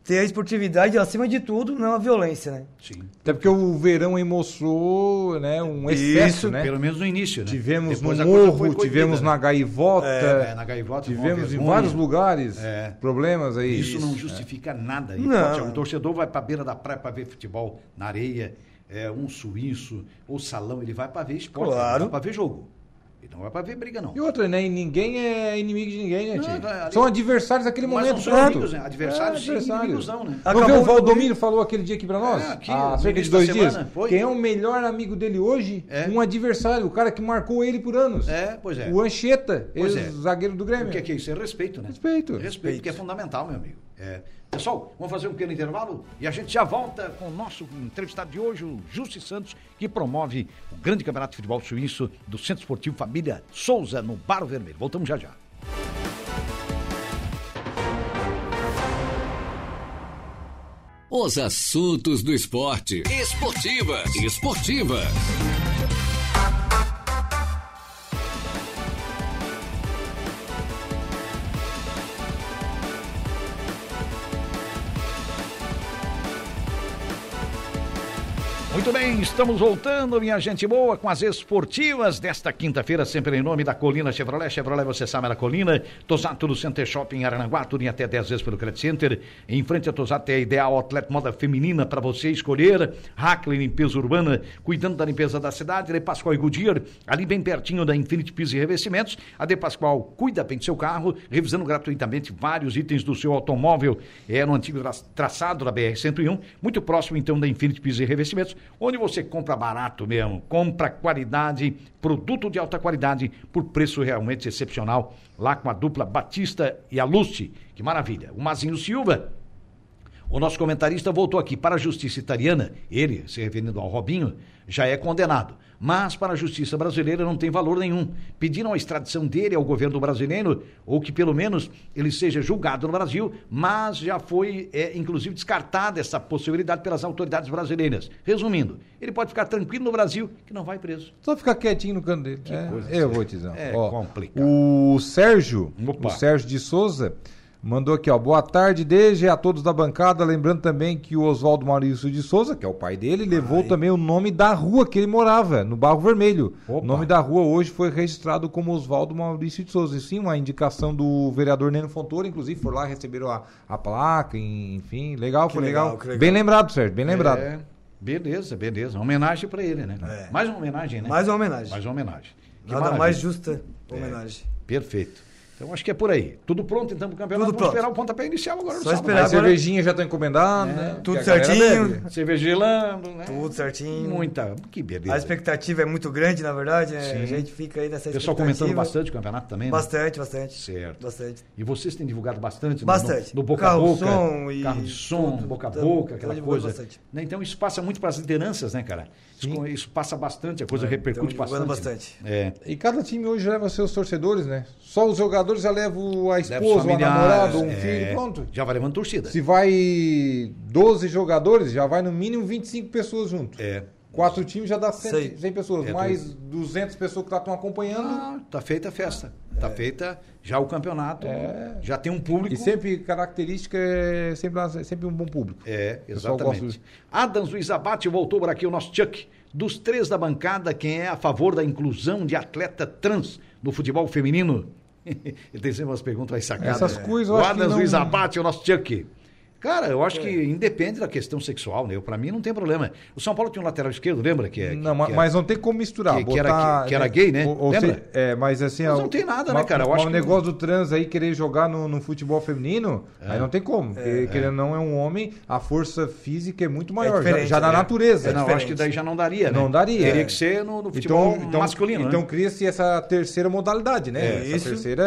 [SPEAKER 4] ter a esportividade acima de tudo, não a violência, né?
[SPEAKER 2] Sim.
[SPEAKER 3] Até porque o verão emoçou, né? Um excesso,
[SPEAKER 4] Isso,
[SPEAKER 3] né?
[SPEAKER 2] Pelo menos no início, né?
[SPEAKER 3] Tivemos
[SPEAKER 2] Depois
[SPEAKER 3] no
[SPEAKER 2] a coisa foi
[SPEAKER 3] Morro,
[SPEAKER 2] coibida,
[SPEAKER 3] tivemos na
[SPEAKER 2] né?
[SPEAKER 3] Gaivota,
[SPEAKER 2] É, é, na Gaivota,
[SPEAKER 3] tivemos em
[SPEAKER 2] Nova
[SPEAKER 3] vários
[SPEAKER 2] Vergonha.
[SPEAKER 3] lugares
[SPEAKER 2] É.
[SPEAKER 3] problemas aí.
[SPEAKER 2] Isso não justifica nada. E,
[SPEAKER 4] né? Não.
[SPEAKER 2] poxa, O torcedor vai para beira da praia para ver futebol na areia, é, um suíço ou salão, ele vai para ver esporte, ele
[SPEAKER 4] Claro.
[SPEAKER 2] não vai para ver jogo. Ele não vai para ver briga, não.
[SPEAKER 3] E outra, né? E ninguém é inimigo de ninguém, né,
[SPEAKER 2] Não,
[SPEAKER 3] tio?
[SPEAKER 2] tá ali-
[SPEAKER 3] São adversários daquele
[SPEAKER 2] Mas
[SPEAKER 3] momento,
[SPEAKER 2] não são
[SPEAKER 3] pronto. É,
[SPEAKER 2] inimigos, né? Adversários, sim, inimigos não, né?
[SPEAKER 3] Não
[SPEAKER 4] Acabou
[SPEAKER 3] viu o
[SPEAKER 4] o
[SPEAKER 3] Valdomiro falou aquele dia aqui pra nós?
[SPEAKER 2] É, aqui,
[SPEAKER 3] há
[SPEAKER 2] no
[SPEAKER 3] cerca de
[SPEAKER 2] início da
[SPEAKER 3] dois dias.
[SPEAKER 2] semana, foi.
[SPEAKER 3] Quem é o melhor amigo dele hoje?
[SPEAKER 2] É.
[SPEAKER 3] Um adversário, o cara que marcou ele por anos.
[SPEAKER 2] É, pois é.
[SPEAKER 3] O Ancheta,
[SPEAKER 2] Pois é.
[SPEAKER 3] ex-zagueiro do Grêmio.
[SPEAKER 2] O que é, que é isso? É respeito, né?
[SPEAKER 3] Respeito.
[SPEAKER 2] Respeito, que é fundamental, meu amigo. É. Pessoal, vamos fazer um pequeno intervalo e a gente já volta com o nosso entrevistado de hoje, o Jussi Santos, que promove o grande campeonato de futebol suíço do Centro Esportivo Família Souza, no Barro Vermelho. Voltamos já já.
[SPEAKER 1] Os assuntos do esporte. Esportivas. Esportivas.
[SPEAKER 2] Muito bem, estamos voltando, minha gente boa, com as esportivas desta quinta-feira, sempre em nome da Colina Chevrolet. Chevrolet, você sabe, é na Colina. Tosato do Center Shopping em Arananguá, tudo em até 10 vezes pelo Credit Center. Em frente a Tosato é a ideal atleta moda feminina para você escolher. Hackley Limpeza Urbana, cuidando da limpeza da cidade. De Pascoal e Goodyear, ali bem pertinho da Infinity Piso e Revestimentos. A De Pascoal cuida bem do seu carro, revisando gratuitamente vários itens do seu automóvel. É no antigo tra- traçado da BR-101, muito próximo então da Infinity Piso e Revestimentos, onde você compra barato mesmo, compra qualidade, produto de alta qualidade, por preço realmente excepcional, lá com a dupla Batista e a Luce. Que maravilha. O Mazinho Silva. O nosso comentarista voltou aqui. Para a justiça italiana, ele, se referindo ao Robinho, já é condenado. Mas para a justiça brasileira não tem valor nenhum. Pediram a extradição dele ao governo brasileiro, ou que pelo menos ele seja julgado no Brasil, mas já foi, é, inclusive, descartada essa possibilidade pelas autoridades brasileiras. Resumindo, ele pode ficar tranquilo no Brasil, que não vai preso.
[SPEAKER 3] Só ficar quietinho no canto dele. É, eu vou te dizer.
[SPEAKER 2] É
[SPEAKER 3] Ó,
[SPEAKER 2] complicado.
[SPEAKER 3] O Sérgio,
[SPEAKER 2] Opa.
[SPEAKER 3] o Sérgio de Souza, mandou aqui, ó. Boa tarde, desde a todos da bancada. Lembrando também que o Oswaldo Maurício de Souza, que é o pai dele, levou também o nome da rua que ele morava, no Barro Vermelho.
[SPEAKER 2] Opa.
[SPEAKER 3] O nome da rua hoje foi registrado como Oswaldo Maurício de Souza. E sim, uma indicação do vereador Neno Fontoura, inclusive, foram lá, receberam a, a placa, enfim. Legal, foi legal.
[SPEAKER 4] legal, que legal.
[SPEAKER 3] Bem lembrado, Sérgio, bem lembrado.
[SPEAKER 2] É, beleza, beleza. Uma homenagem para ele, né?
[SPEAKER 4] É.
[SPEAKER 2] Mais uma homenagem, né?
[SPEAKER 4] Mais uma homenagem.
[SPEAKER 2] Mais uma homenagem. Que
[SPEAKER 4] Nada
[SPEAKER 2] maravilha. É.
[SPEAKER 4] mais justa homenagem.
[SPEAKER 2] Perfeito. Então acho que é por aí. Tudo pronto então para o campeonato?
[SPEAKER 4] Tudo
[SPEAKER 2] Vamos
[SPEAKER 4] pronto.
[SPEAKER 2] esperar o pontapé inicial agora. no
[SPEAKER 4] Só
[SPEAKER 2] sábado.
[SPEAKER 4] esperar.
[SPEAKER 3] A
[SPEAKER 4] Agora-
[SPEAKER 3] cervejinha já tá encomendada, né?
[SPEAKER 4] Tudo
[SPEAKER 3] Porque a galera
[SPEAKER 4] certinho.
[SPEAKER 3] bebe.
[SPEAKER 2] Cerveja gelando, né?
[SPEAKER 4] Tudo certinho.
[SPEAKER 2] Muita. Que beleza.
[SPEAKER 4] A expectativa é muito grande, na verdade. né? A gente fica aí nessa
[SPEAKER 2] O pessoal
[SPEAKER 4] expectativa.
[SPEAKER 2] comentando bastante o campeonato também, né?
[SPEAKER 4] Bastante, bastante.
[SPEAKER 2] Certo.
[SPEAKER 4] Bastante.
[SPEAKER 2] E vocês têm divulgado bastante, né?
[SPEAKER 4] Bastante.
[SPEAKER 2] No, no boca
[SPEAKER 4] Carro,
[SPEAKER 2] a boca,
[SPEAKER 4] som e
[SPEAKER 2] carro de som,
[SPEAKER 4] tudo.
[SPEAKER 2] boca a
[SPEAKER 4] Tam-
[SPEAKER 2] boca,
[SPEAKER 4] tamo
[SPEAKER 2] aquela
[SPEAKER 4] divulgando
[SPEAKER 2] coisa.
[SPEAKER 4] bastante.
[SPEAKER 2] Né? Então isso passa muito para as lideranças, né, cara? Isso, isso passa bastante, a coisa repercute
[SPEAKER 4] tamo É, então, divulgando
[SPEAKER 2] bastante. né? É.
[SPEAKER 3] E cada time hoje leva seus torcedores, né? Só os jogadores já levam a
[SPEAKER 2] Leva
[SPEAKER 3] esposa, o
[SPEAKER 2] familiares,
[SPEAKER 3] namorado, um
[SPEAKER 2] é,
[SPEAKER 3] filho, pronto.
[SPEAKER 2] Já vai levando torcida.
[SPEAKER 3] Se vai 12 jogadores, já vai no mínimo 25 pessoas junto.
[SPEAKER 2] É.
[SPEAKER 3] Quatro times já dá 100,
[SPEAKER 4] Sei.
[SPEAKER 3] 100 pessoas,
[SPEAKER 2] É,
[SPEAKER 3] mais 200 pessoas que estão acompanhando.
[SPEAKER 2] Ah, tá feita a festa. Tá feita já o campeonato. Já tem um público.
[SPEAKER 3] É. E sempre característica é sempre, é sempre um bom público.
[SPEAKER 2] É,
[SPEAKER 3] pessoal
[SPEAKER 2] exatamente.
[SPEAKER 3] gosta
[SPEAKER 2] Adams Luiz Abate voltou por aqui, o nosso Chuck. Dos três da bancada, quem é a favor da inclusão de atleta trans no futebol feminino? [LAUGHS] Ele tem sempre umas perguntas aí sacadas.
[SPEAKER 3] Essas coisas eu
[SPEAKER 2] O
[SPEAKER 3] acho que
[SPEAKER 2] Adams
[SPEAKER 3] não- É.
[SPEAKER 2] Luiz Abate, o nosso Chuck. Cara, eu acho que independe da questão sexual, né? Eu, Pra mim não tem problema. O São Paulo tinha um lateral esquerdo, lembra? Que é, que-
[SPEAKER 3] Não, ma-
[SPEAKER 2] que é-
[SPEAKER 3] mas não tem como misturar.
[SPEAKER 2] que- que era- que- que era gay, né?
[SPEAKER 3] Ou, ou
[SPEAKER 2] Lembra?
[SPEAKER 3] se- é, mas assim.
[SPEAKER 2] Mas
[SPEAKER 3] ó,
[SPEAKER 2] não tem nada,
[SPEAKER 3] ma-
[SPEAKER 2] né, cara? Eu
[SPEAKER 3] mas
[SPEAKER 2] acho
[SPEAKER 3] o
[SPEAKER 2] que-
[SPEAKER 3] negócio do trans aí querer jogar no, no futebol feminino,
[SPEAKER 2] É.
[SPEAKER 3] aí não tem como. porque, querendo ou não, é um homem, a força física é muito maior. já,
[SPEAKER 4] diferente,
[SPEAKER 3] já na
[SPEAKER 4] né?
[SPEAKER 3] natureza.
[SPEAKER 2] É, não, eu acho que
[SPEAKER 4] diferente.
[SPEAKER 2] daí já não daria, né?
[SPEAKER 3] Não daria.
[SPEAKER 2] Teria
[SPEAKER 3] É.
[SPEAKER 2] que ser no, no futebol masculino. né?
[SPEAKER 3] Então cria-se essa terceira modalidade, né?
[SPEAKER 4] É,
[SPEAKER 3] essa
[SPEAKER 4] isso.
[SPEAKER 3] terceira,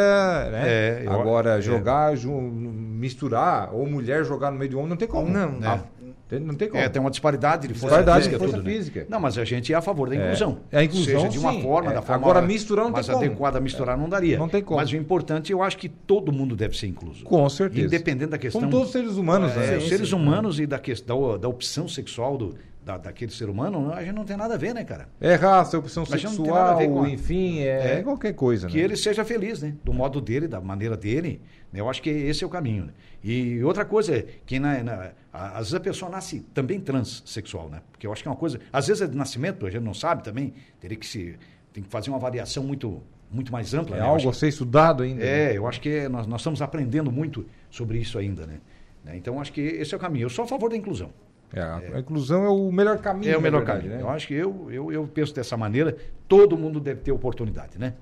[SPEAKER 3] né?
[SPEAKER 2] É, eu-
[SPEAKER 3] Agora,
[SPEAKER 2] é.
[SPEAKER 3] jogar, ju- misturar, ou mulher jogar no meio de um homem, não tem como.
[SPEAKER 4] Não.
[SPEAKER 3] A- Tem- Não tem como.
[SPEAKER 2] É, tem uma disparidade de força
[SPEAKER 3] Disparidade de
[SPEAKER 2] física.
[SPEAKER 3] força
[SPEAKER 2] tudo, né?
[SPEAKER 3] física.
[SPEAKER 2] Não, mas a gente é a favor da inclusão.
[SPEAKER 3] É, a inclusão,
[SPEAKER 2] Seja de uma
[SPEAKER 3] sim,
[SPEAKER 2] forma,
[SPEAKER 3] é.
[SPEAKER 2] da forma.
[SPEAKER 3] Agora, misturar não
[SPEAKER 2] mais
[SPEAKER 3] tem como. É.
[SPEAKER 2] adequada, misturar não daria.
[SPEAKER 3] Não tem como.
[SPEAKER 2] Mas o importante, eu acho que todo mundo deve ser incluso.
[SPEAKER 3] Com certeza.
[SPEAKER 2] Independente da questão.
[SPEAKER 3] Como todos os seres humanos,
[SPEAKER 2] É,
[SPEAKER 3] né?
[SPEAKER 2] os seres humanos e da, questão, da opção sexual do, da, daquele ser humano, a gente não tem nada a ver, né, cara?
[SPEAKER 3] É raça, opção
[SPEAKER 2] Mas já não tem nada a
[SPEAKER 3] sexual,
[SPEAKER 2] ver com a-
[SPEAKER 3] enfim, é,
[SPEAKER 2] É.
[SPEAKER 3] qualquer coisa,
[SPEAKER 2] Que
[SPEAKER 3] né?
[SPEAKER 2] ele seja feliz, né? Do modo dele, da maneira dele. né? Eu acho que esse é o caminho. né? E outra coisa, é que na, na- a- às vezes a pessoa nasce também transexual, né? Porque eu acho que é uma coisa. Às vezes é de nascimento, a gente não sabe também. Teria que se. Tem que fazer uma avaliação muito, muito mais ampla.
[SPEAKER 3] É
[SPEAKER 2] né? Eu acho
[SPEAKER 3] algo
[SPEAKER 2] que-
[SPEAKER 3] a ser estudado ainda. né?
[SPEAKER 2] É, eu acho que é- nós, nós estamos aprendendo muito sobre isso ainda, né? Né? Então acho que esse é o caminho. Eu sou a favor da inclusão.
[SPEAKER 3] É, a, a inclusão é o melhor caminho.
[SPEAKER 2] É o
[SPEAKER 3] na
[SPEAKER 2] melhor
[SPEAKER 3] verdade,
[SPEAKER 2] caminho. Eu
[SPEAKER 3] Né?
[SPEAKER 2] acho que eu, eu, eu penso dessa maneira. Todo mundo deve ter oportunidade, né?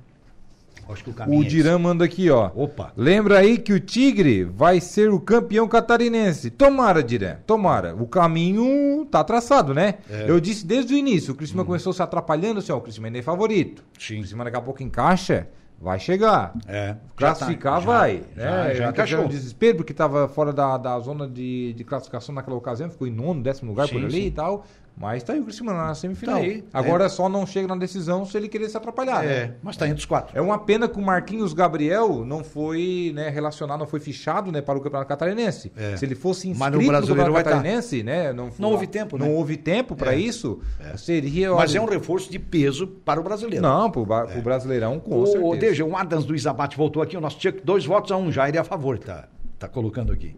[SPEAKER 2] Eu Acho que o caminho.
[SPEAKER 3] O
[SPEAKER 2] é esse.
[SPEAKER 3] Dirã manda aqui, ó.
[SPEAKER 2] Opa.
[SPEAKER 3] Lembra aí que o Tigre vai ser o campeão catarinense. Tomara, Dirã, tomara. O caminho tá traçado, né?
[SPEAKER 2] É.
[SPEAKER 3] Eu disse desde o início, o Cristina começou se atrapalhando, assim, ó, o Cristina é favorito.
[SPEAKER 2] Uhum. Sim.
[SPEAKER 3] O Cristina daqui a pouco encaixa, vai chegar.
[SPEAKER 2] É, já tá.
[SPEAKER 3] Classificar
[SPEAKER 2] Já-
[SPEAKER 3] vai.
[SPEAKER 2] já-
[SPEAKER 3] né?
[SPEAKER 2] já
[SPEAKER 3] Até
[SPEAKER 2] encaixou.
[SPEAKER 3] teve um desespero, porque estava fora da, da zona de, de classificação naquela ocasião, ficou em nono, décimo lugar por
[SPEAKER 2] Sim,
[SPEAKER 3] ali
[SPEAKER 2] sim.
[SPEAKER 3] e tal. Mas tá aí o Cristiano na semifinal.
[SPEAKER 2] Tá aí, tá
[SPEAKER 3] Agora só não chega na decisão se ele querer se atrapalhar,
[SPEAKER 2] É,
[SPEAKER 3] né?
[SPEAKER 2] mas tá entre os quatro.
[SPEAKER 3] É uma pena que o Marquinhos Gabriel não foi né, relacionado, não foi fichado né, para o Campeonato Catarinense.
[SPEAKER 2] É.
[SPEAKER 3] Se ele fosse
[SPEAKER 2] Mas no
[SPEAKER 3] inscrito no Campeonato
[SPEAKER 2] Brasileiro vai tá.
[SPEAKER 3] Catarinense, né? Não, foi-
[SPEAKER 2] Não houve tempo, né?
[SPEAKER 3] Não houve tempo para isso. Seria.
[SPEAKER 2] Mas
[SPEAKER 3] olha,
[SPEAKER 2] é um reforço de peso para o brasileiro. É.
[SPEAKER 3] Não, pro, ba- pro Brasileirão, com certeza.
[SPEAKER 2] o, o Deja, o Adams do Izabate voltou aqui, o nosso Chuck, dois votos a um, Jair é a favor, tá, tá colocando aqui.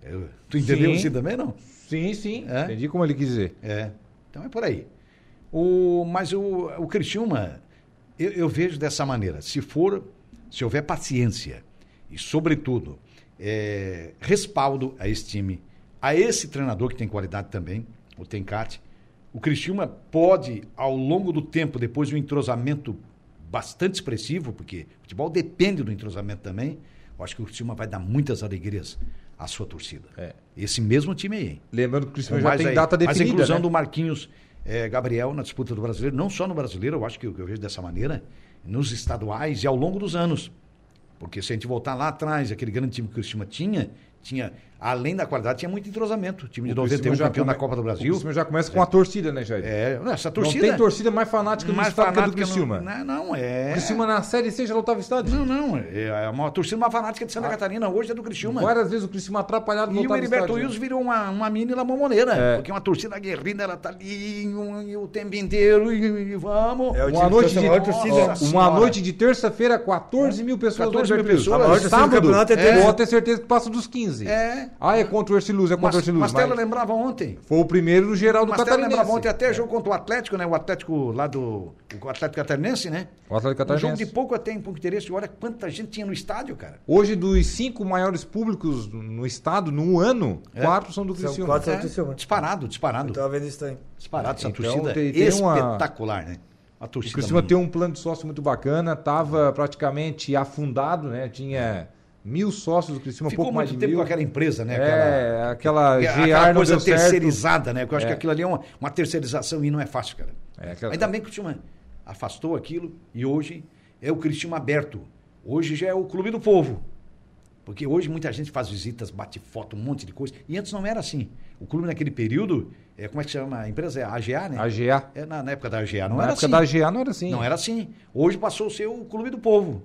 [SPEAKER 2] Eu- tu entendeu
[SPEAKER 3] Sim.
[SPEAKER 2] assim também, não?
[SPEAKER 3] Sim, sim.
[SPEAKER 2] É?
[SPEAKER 3] Entendi como ele quis dizer.
[SPEAKER 2] É. Então é por aí. O, mas o, o Criciúma, eu, eu vejo dessa maneira. Se for, se houver paciência e, sobretudo, é, respaldo a esse time, a esse treinador que tem qualidade também, o Tencate, o Criciúma pode, ao longo do tempo, depois de um entrosamento bastante expressivo, porque o futebol depende do entrosamento também, eu acho que o Criciúma vai dar muitas alegrias à sua torcida.
[SPEAKER 3] É.
[SPEAKER 2] Esse mesmo time aí, hein?
[SPEAKER 3] Lembrando que o Cristiano
[SPEAKER 2] Mas
[SPEAKER 3] Então já tem data
[SPEAKER 2] Mas a
[SPEAKER 3] definida.
[SPEAKER 2] inclusão
[SPEAKER 3] né?
[SPEAKER 2] do Marquinhos eh, Gabriel na disputa do brasileiro, não só no brasileiro, eu acho que o que eu vejo dessa maneira, nos estaduais e ao longo dos anos. Porque se a gente voltar lá atrás, aquele grande time que o Cristina tinha, tinha, além da qualidade, tinha muito entrosamento. O time de
[SPEAKER 3] O Cristiano
[SPEAKER 2] 91
[SPEAKER 3] já
[SPEAKER 2] campeão
[SPEAKER 3] come-
[SPEAKER 2] da Copa do
[SPEAKER 3] O
[SPEAKER 2] Brasil.
[SPEAKER 3] Cristiano já começa com a torcida, né, Jair?
[SPEAKER 2] É, essa
[SPEAKER 3] não
[SPEAKER 2] torcida. é
[SPEAKER 3] tem torcida mais fanática no
[SPEAKER 2] mais
[SPEAKER 3] estado que a do
[SPEAKER 2] fanática
[SPEAKER 3] Criciúma.
[SPEAKER 2] não- Não, não, é.
[SPEAKER 3] O Criciúma na série seja lotava estádio.
[SPEAKER 2] Não, não. É uma torcida mais fanática de Santa
[SPEAKER 3] Ah.
[SPEAKER 2] Catarina. Hoje é do Criciúma.
[SPEAKER 3] Várias vezes o Criciúma atrapalhado
[SPEAKER 2] E o
[SPEAKER 3] lotava
[SPEAKER 2] Heriberto
[SPEAKER 3] estádio. né?
[SPEAKER 2] Wilson virou uma, uma mini lamomoneira.
[SPEAKER 3] É.
[SPEAKER 2] Porque uma torcida guerrida, ela tá ali um, e o tempo inteiro e, e vamos.
[SPEAKER 4] É o
[SPEAKER 3] Uma
[SPEAKER 4] time
[SPEAKER 3] noite,
[SPEAKER 4] que
[SPEAKER 3] de,
[SPEAKER 4] tem a maior torcida.
[SPEAKER 3] Ó,
[SPEAKER 2] Nossa
[SPEAKER 3] uma
[SPEAKER 2] Senhora.
[SPEAKER 3] noite de terça-feira, 14 mil pessoas.
[SPEAKER 2] 14 mil
[SPEAKER 3] no Heriberto Wilson.
[SPEAKER 2] pessoas. A maior
[SPEAKER 4] torcida do
[SPEAKER 3] Sábado,
[SPEAKER 4] campeonato é terça.
[SPEAKER 3] pode ter certeza que passa dos 15.
[SPEAKER 2] É.
[SPEAKER 3] Ah, é contra o Erciluz, é
[SPEAKER 2] Mas,
[SPEAKER 3] contra o Erciluz.
[SPEAKER 2] Mastella
[SPEAKER 3] mas
[SPEAKER 2] lembrava ontem.
[SPEAKER 3] Foi o primeiro no geral do
[SPEAKER 2] Mastella
[SPEAKER 3] Catarinense. É.
[SPEAKER 2] lembrava ontem até jogo contra o Atlético, né? O Atlético lá do. O Atlético Catarinense, né?
[SPEAKER 3] O Atlético
[SPEAKER 2] Um jogo
[SPEAKER 3] Catarinense.
[SPEAKER 2] de pouco até em pouco interesse. Olha quanta gente tinha no estádio, cara.
[SPEAKER 3] Hoje, dos cinco maiores públicos no estado, num ano, quatro são do
[SPEAKER 4] É. São
[SPEAKER 3] Criciúma.
[SPEAKER 4] quatro
[SPEAKER 2] É.
[SPEAKER 4] são do Criciúma.
[SPEAKER 2] Disparado, disparado.
[SPEAKER 4] Tava vendo isso aí.
[SPEAKER 2] disparado essa
[SPEAKER 3] Então,
[SPEAKER 2] torcida
[SPEAKER 3] tem- tem uma-
[SPEAKER 2] espetacular, né? Uma torcida.
[SPEAKER 3] O Criciúma
[SPEAKER 2] muito-
[SPEAKER 3] tem um plano de sócio muito bacana, estava praticamente afundado, né? Tinha mil sócios do Criciúma,
[SPEAKER 2] Ficou
[SPEAKER 3] pouco mais
[SPEAKER 2] muito
[SPEAKER 3] de
[SPEAKER 2] tempo
[SPEAKER 3] mil.
[SPEAKER 2] com aquela empresa, né? Aquela-
[SPEAKER 3] É, aquela,
[SPEAKER 2] É,
[SPEAKER 3] GR
[SPEAKER 2] aquela
[SPEAKER 3] não
[SPEAKER 2] coisa
[SPEAKER 3] deu certo.
[SPEAKER 2] terceirizada, né? Porque eu acho
[SPEAKER 3] É.
[SPEAKER 2] que aquilo ali é uma, uma terceirização e não é fácil, cara.
[SPEAKER 3] É, aquela-
[SPEAKER 2] Ainda bem que o Cristiúma afastou aquilo e hoje é o Cristiúma aberto. Hoje já é o Clube do Povo. Porque hoje muita gente faz visitas, bate foto, um monte de coisa. E antes não era assim. O clube naquele período, é, como é que chama a empresa? É a AGA, né?
[SPEAKER 3] A GA.
[SPEAKER 2] É, na, na época da AGA, não
[SPEAKER 3] Na
[SPEAKER 2] era
[SPEAKER 3] época
[SPEAKER 2] assim.
[SPEAKER 3] da GA não era assim.
[SPEAKER 2] Não era assim. Hoje passou a ser o Clube do Povo.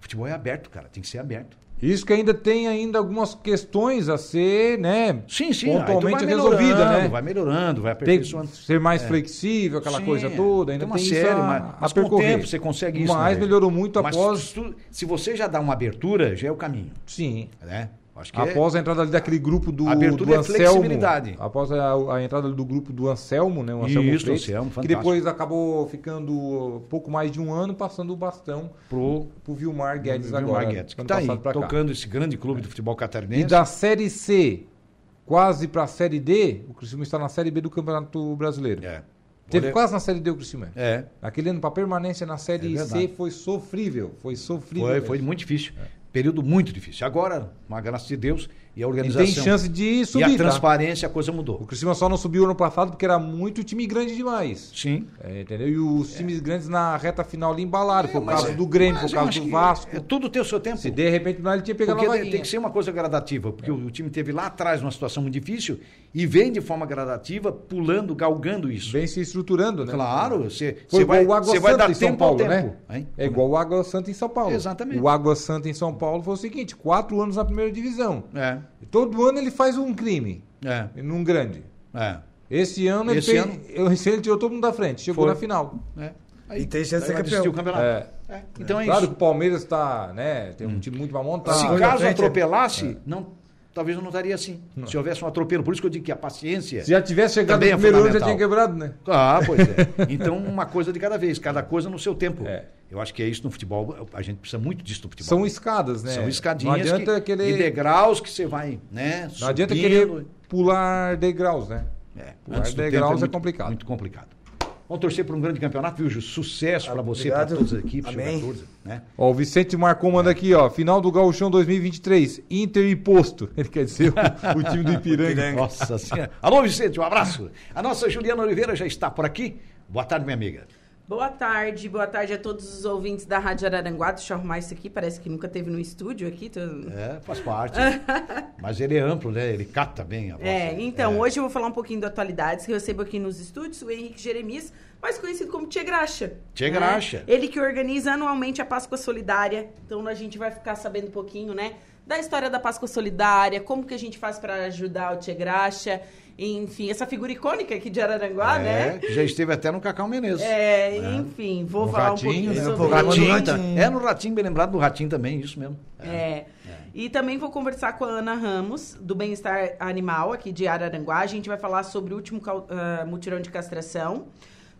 [SPEAKER 2] Futebol é aberto, cara. Tem que ser aberto.
[SPEAKER 3] Isso que ainda tem ainda algumas questões a ser, né?
[SPEAKER 2] Sim, sim. aí tu
[SPEAKER 3] Pontualmente
[SPEAKER 2] vai
[SPEAKER 3] resolvida,
[SPEAKER 2] melhorando,
[SPEAKER 3] né?
[SPEAKER 2] Vai melhorando, vai
[SPEAKER 3] Tem
[SPEAKER 2] aperfeiçoando.
[SPEAKER 3] que ser mais flexível, aquela
[SPEAKER 2] É. Sim, é.
[SPEAKER 3] coisa toda. Ainda tem,
[SPEAKER 2] uma
[SPEAKER 3] isso
[SPEAKER 2] série,
[SPEAKER 3] a,
[SPEAKER 2] mas,
[SPEAKER 3] a
[SPEAKER 2] mas com o
[SPEAKER 3] percorrer.
[SPEAKER 2] tempo você consegue isso.
[SPEAKER 3] Mas
[SPEAKER 2] né,
[SPEAKER 3] melhorou
[SPEAKER 2] velho?
[SPEAKER 3] muito
[SPEAKER 2] Mas
[SPEAKER 3] após...
[SPEAKER 2] tu- se você já dá uma abertura, já é o caminho,
[SPEAKER 3] Sim.
[SPEAKER 2] né? Acho que
[SPEAKER 3] Após a entrada ali daquele grupo do,
[SPEAKER 2] A abertura
[SPEAKER 3] do
[SPEAKER 2] é
[SPEAKER 3] Anselmo.
[SPEAKER 2] flexibilidade.
[SPEAKER 3] Após a, a entrada do grupo do Anselmo, né? O Anselmo
[SPEAKER 2] Isso,
[SPEAKER 3] Freitas,
[SPEAKER 2] Anselmo,
[SPEAKER 3] Que
[SPEAKER 2] fantástico.
[SPEAKER 3] depois acabou ficando pouco mais de um ano passando o bastão
[SPEAKER 2] é pro
[SPEAKER 3] pro Vilmar Guedes
[SPEAKER 2] Vilmar
[SPEAKER 3] agora.
[SPEAKER 2] Guedes, que
[SPEAKER 3] ano
[SPEAKER 2] tá aí,
[SPEAKER 3] passado pra cá. É.
[SPEAKER 2] tocando esse grande clube do futebol
[SPEAKER 3] E
[SPEAKER 2] catarinense.
[SPEAKER 3] da Série C quase pra Série D, o Criciúma está na Série B do Campeonato Brasileiro.
[SPEAKER 2] É.
[SPEAKER 3] Teve
[SPEAKER 2] Olha-
[SPEAKER 3] quase na Série D o Criciúma.
[SPEAKER 2] É.
[SPEAKER 3] Aquele ano pra permanência na Série
[SPEAKER 2] É
[SPEAKER 3] C
[SPEAKER 2] verdade.
[SPEAKER 3] foi sofrível. Foi sofrível.
[SPEAKER 2] Foi,
[SPEAKER 3] mesmo.
[SPEAKER 2] foi muito difícil. Período muito difícil. Agora, uma graça de Deus, E a
[SPEAKER 3] É. E
[SPEAKER 2] organização.
[SPEAKER 3] tem chance de
[SPEAKER 2] assim, E
[SPEAKER 3] subir,
[SPEAKER 2] a
[SPEAKER 3] tá?
[SPEAKER 2] transparência, a coisa
[SPEAKER 3] O
[SPEAKER 2] mudou.
[SPEAKER 3] Criciúma só não subiu ano passado porque era muito time grande demais.
[SPEAKER 2] Sim.
[SPEAKER 3] É, entendeu? E os times grandes na reta final ali embalaram. foi o
[SPEAKER 2] Mas
[SPEAKER 3] caso
[SPEAKER 2] é-
[SPEAKER 3] do Grêmio, foi
[SPEAKER 2] mas
[SPEAKER 3] o
[SPEAKER 2] eu
[SPEAKER 3] caso
[SPEAKER 2] acho
[SPEAKER 3] do
[SPEAKER 2] que
[SPEAKER 3] Vasco.
[SPEAKER 2] é tudo tem o seu tempo.
[SPEAKER 3] Se de repente não, ele tinha pegado
[SPEAKER 2] Porque
[SPEAKER 3] uma
[SPEAKER 2] tem-
[SPEAKER 3] vaguinha.
[SPEAKER 2] tem que ser uma coisa gradativa, porque o, o time teve lá atrás uma situação muito difícil e vem de forma gradativa, pulando, galgando isso.
[SPEAKER 3] Vem se estruturando, né?
[SPEAKER 2] Claro, você
[SPEAKER 3] Foi
[SPEAKER 2] você vai,
[SPEAKER 3] igual o Água
[SPEAKER 2] você vai
[SPEAKER 3] Santa
[SPEAKER 2] dar
[SPEAKER 3] em São
[SPEAKER 2] tempo ao
[SPEAKER 3] Paulo,
[SPEAKER 2] tempo.
[SPEAKER 3] né?
[SPEAKER 2] hein?
[SPEAKER 3] É igual o Água Santa em São Paulo.
[SPEAKER 2] Exatamente.
[SPEAKER 3] O Água Santa em São Paulo foi o seguinte, quatro anos na primeira divisão.
[SPEAKER 2] É,
[SPEAKER 3] Todo ano ele faz um crime,
[SPEAKER 2] é,
[SPEAKER 3] num grande.
[SPEAKER 2] é.
[SPEAKER 3] Esse ano,
[SPEAKER 2] Esse
[SPEAKER 3] ele,
[SPEAKER 2] ano-
[SPEAKER 3] fez, esse ano ele tirou todo mundo da frente, chegou
[SPEAKER 2] Foi.
[SPEAKER 3] na final.
[SPEAKER 2] é.
[SPEAKER 4] E tem chance de
[SPEAKER 2] vai
[SPEAKER 4] ser
[SPEAKER 2] decidir
[SPEAKER 4] campeão.
[SPEAKER 2] o campeonato.
[SPEAKER 3] É.
[SPEAKER 2] É, Então é
[SPEAKER 3] claro que
[SPEAKER 2] isso. Hum.
[SPEAKER 3] o Palmeiras tá, né, tem um time muito mais montado.
[SPEAKER 2] Se
[SPEAKER 4] Ah,
[SPEAKER 2] caso
[SPEAKER 4] frente, é.
[SPEAKER 2] atropelasse, não, talvez eu não estaria assim. Se houvesse um atropelo, por isso que eu digo que a paciência.
[SPEAKER 3] Se já tivesse chegado
[SPEAKER 2] Também é
[SPEAKER 3] no primeiro ano, já
[SPEAKER 2] fundamental.
[SPEAKER 3] tinha quebrado, né?
[SPEAKER 2] Ah, pois
[SPEAKER 3] [LAUGHS]
[SPEAKER 2] é. Então, uma coisa de cada vez, cada coisa no seu tempo.
[SPEAKER 3] É.
[SPEAKER 2] Eu acho que é isso no futebol. A gente precisa muito disso no futebol.
[SPEAKER 3] São escadas, né?
[SPEAKER 2] São escadinhas
[SPEAKER 3] Não adianta
[SPEAKER 2] que,
[SPEAKER 3] querer...
[SPEAKER 2] e degraus que você vai, né?
[SPEAKER 3] Não adianta
[SPEAKER 2] subindo.
[SPEAKER 3] querer pular degraus, né?
[SPEAKER 2] É,
[SPEAKER 3] Pular
[SPEAKER 2] antes do tempo
[SPEAKER 3] degraus é
[SPEAKER 2] muito-
[SPEAKER 3] complicado.
[SPEAKER 2] Muito complicado. Vamos torcer para um grande campeonato, viu, Ju? Sucesso para você, para
[SPEAKER 4] Obrigado.
[SPEAKER 2] todas as equipes,
[SPEAKER 4] Amém.
[SPEAKER 2] jogadores, né?
[SPEAKER 3] Ó, o Vicente Marcon manda aqui, ó. Final do Gauchão 2023, Inter e Posto. [LAUGHS] Ele quer dizer o, o time do Ipiranga.
[SPEAKER 2] Nossa senhora. Alô, Vicente, um abraço. A nossa Juliana Oliveira já está por aqui. Boa tarde, minha amiga.
[SPEAKER 7] Boa tarde, boa tarde a todos os ouvintes da Rádio Araranguá. Deixa eu arrumar isso aqui, parece que nunca teve no estúdio aqui. tô-
[SPEAKER 2] É, faz
[SPEAKER 7] [LAUGHS]
[SPEAKER 2] parte. Mas ele é amplo, né? Ele cata bem a voz.
[SPEAKER 7] É,
[SPEAKER 2] né?
[SPEAKER 7] então, hoje eu vou falar um pouquinho de atualidades que eu recebo aqui nos estúdios, o Henrique Jeremias, mais conhecido como Tia Graxa.
[SPEAKER 2] Tia
[SPEAKER 7] né?
[SPEAKER 2] Graxa.
[SPEAKER 7] Ele que organiza anualmente a Páscoa Solidária. Então a gente vai ficar sabendo um pouquinho, né? Da história da Páscoa Solidária, como que a gente faz para ajudar o Tia Graxa, enfim, essa figura icônica aqui de Araranguá,
[SPEAKER 2] É,
[SPEAKER 7] né?
[SPEAKER 2] que Já esteve até no Cacau Menezes.
[SPEAKER 7] É, enfim, vou
[SPEAKER 2] No
[SPEAKER 7] falar
[SPEAKER 2] Ratinho,
[SPEAKER 7] um pouquinho
[SPEAKER 2] né?
[SPEAKER 7] sobre
[SPEAKER 2] No
[SPEAKER 7] isso.
[SPEAKER 2] Ratinho,
[SPEAKER 4] No Ratinho.
[SPEAKER 2] É no Ratinho, bem lembrado do Ratinho também, isso mesmo.
[SPEAKER 7] É. E também vou conversar com a Ana Ramos, do Bem-Estar Animal, aqui de Araranguá. A gente vai falar sobre o último cau- ah, mutirão de castração.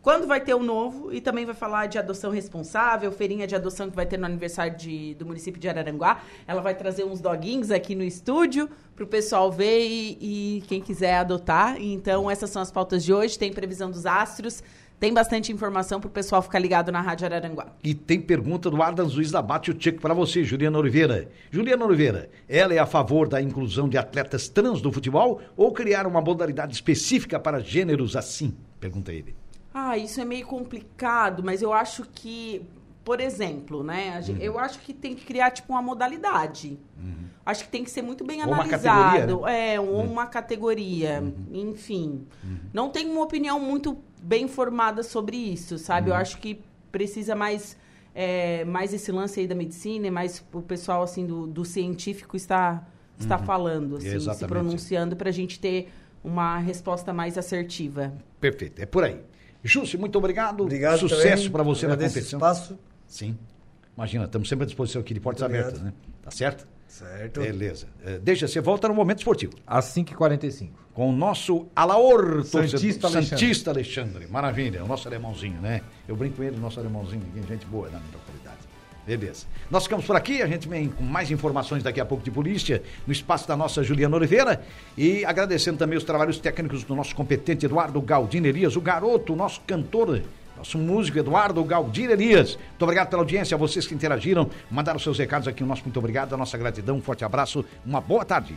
[SPEAKER 7] Quando vai ter o novo e também vai falar de adoção responsável, feirinha de adoção que vai ter no aniversário de- do município de Araranguá. Ela vai trazer uns doguinhos aqui no estúdio para o pessoal ver e, e quem quiser adotar. Então, essas são as pautas de hoje. Tem previsão dos astros, tem bastante informação para o pessoal ficar ligado na Rádio Araranguá.
[SPEAKER 2] E tem pergunta do Adams Luiz da Bate o Tcheco para você, Juliana Oliveira. Juliana Oliveira, ela é a favor da inclusão de atletas trans no futebol ou criar uma modalidade específica para gêneros assim? Pergunta ele.
[SPEAKER 7] Ah, isso é meio complicado, mas eu acho que, por exemplo, né? a
[SPEAKER 2] Uhum.
[SPEAKER 7] gen- Eu acho que tem que criar tipo uma modalidade. Acho que tem que ser muito bem
[SPEAKER 2] Ou uma né? Uhum.
[SPEAKER 7] analisado. É, ou uma categoria, enfim. Não tenho uma opinião muito bem formada sobre isso, sabe?
[SPEAKER 2] Uhum.
[SPEAKER 7] Eu acho que precisa mais é, mais esse lance aí da medicina, e mais o pessoal assim do, do científico está está falando, assim, se
[SPEAKER 2] Uhum. Exatamente.
[SPEAKER 7] pronunciando para a gente ter uma resposta mais assertiva.
[SPEAKER 2] Perfeito, é por aí. Jussi, muito obrigado.
[SPEAKER 4] Obrigado
[SPEAKER 2] Sucesso para você na
[SPEAKER 4] Agradeço
[SPEAKER 2] competição.
[SPEAKER 4] o espaço.
[SPEAKER 2] Sim. Imagina, estamos sempre à disposição aqui de portas
[SPEAKER 4] Muito
[SPEAKER 2] abertas, né?
[SPEAKER 4] obrigado.
[SPEAKER 2] Tá certo?
[SPEAKER 4] Certo. Assim
[SPEAKER 2] Beleza. Eh, Deixa, você volta no momento esportivo.
[SPEAKER 3] Às 5h45.
[SPEAKER 2] com o nosso Alaor,
[SPEAKER 3] Santista
[SPEAKER 2] torcedor-
[SPEAKER 3] Alexandre.
[SPEAKER 2] Santista Alexandre. Maravilha, o nosso alemãozinho, né? Eu brinco com ele, nosso alemãozinho, que gente boa na minha qualidade. Beleza. Nós ficamos por aqui, a gente vem com mais informações daqui a pouco de polícia, no espaço da nossa Juliana Oliveira. E agradecendo também os trabalhos técnicos do nosso competente Eduardo Galdino Elias, o garoto, o nosso cantor. Nosso músico Eduardo Galdino Elias. Muito obrigado pela audiência, a vocês que interagiram, mandaram seus recados aqui. O nosso muito obrigado, a nossa gratidão, um forte abraço, uma boa tarde.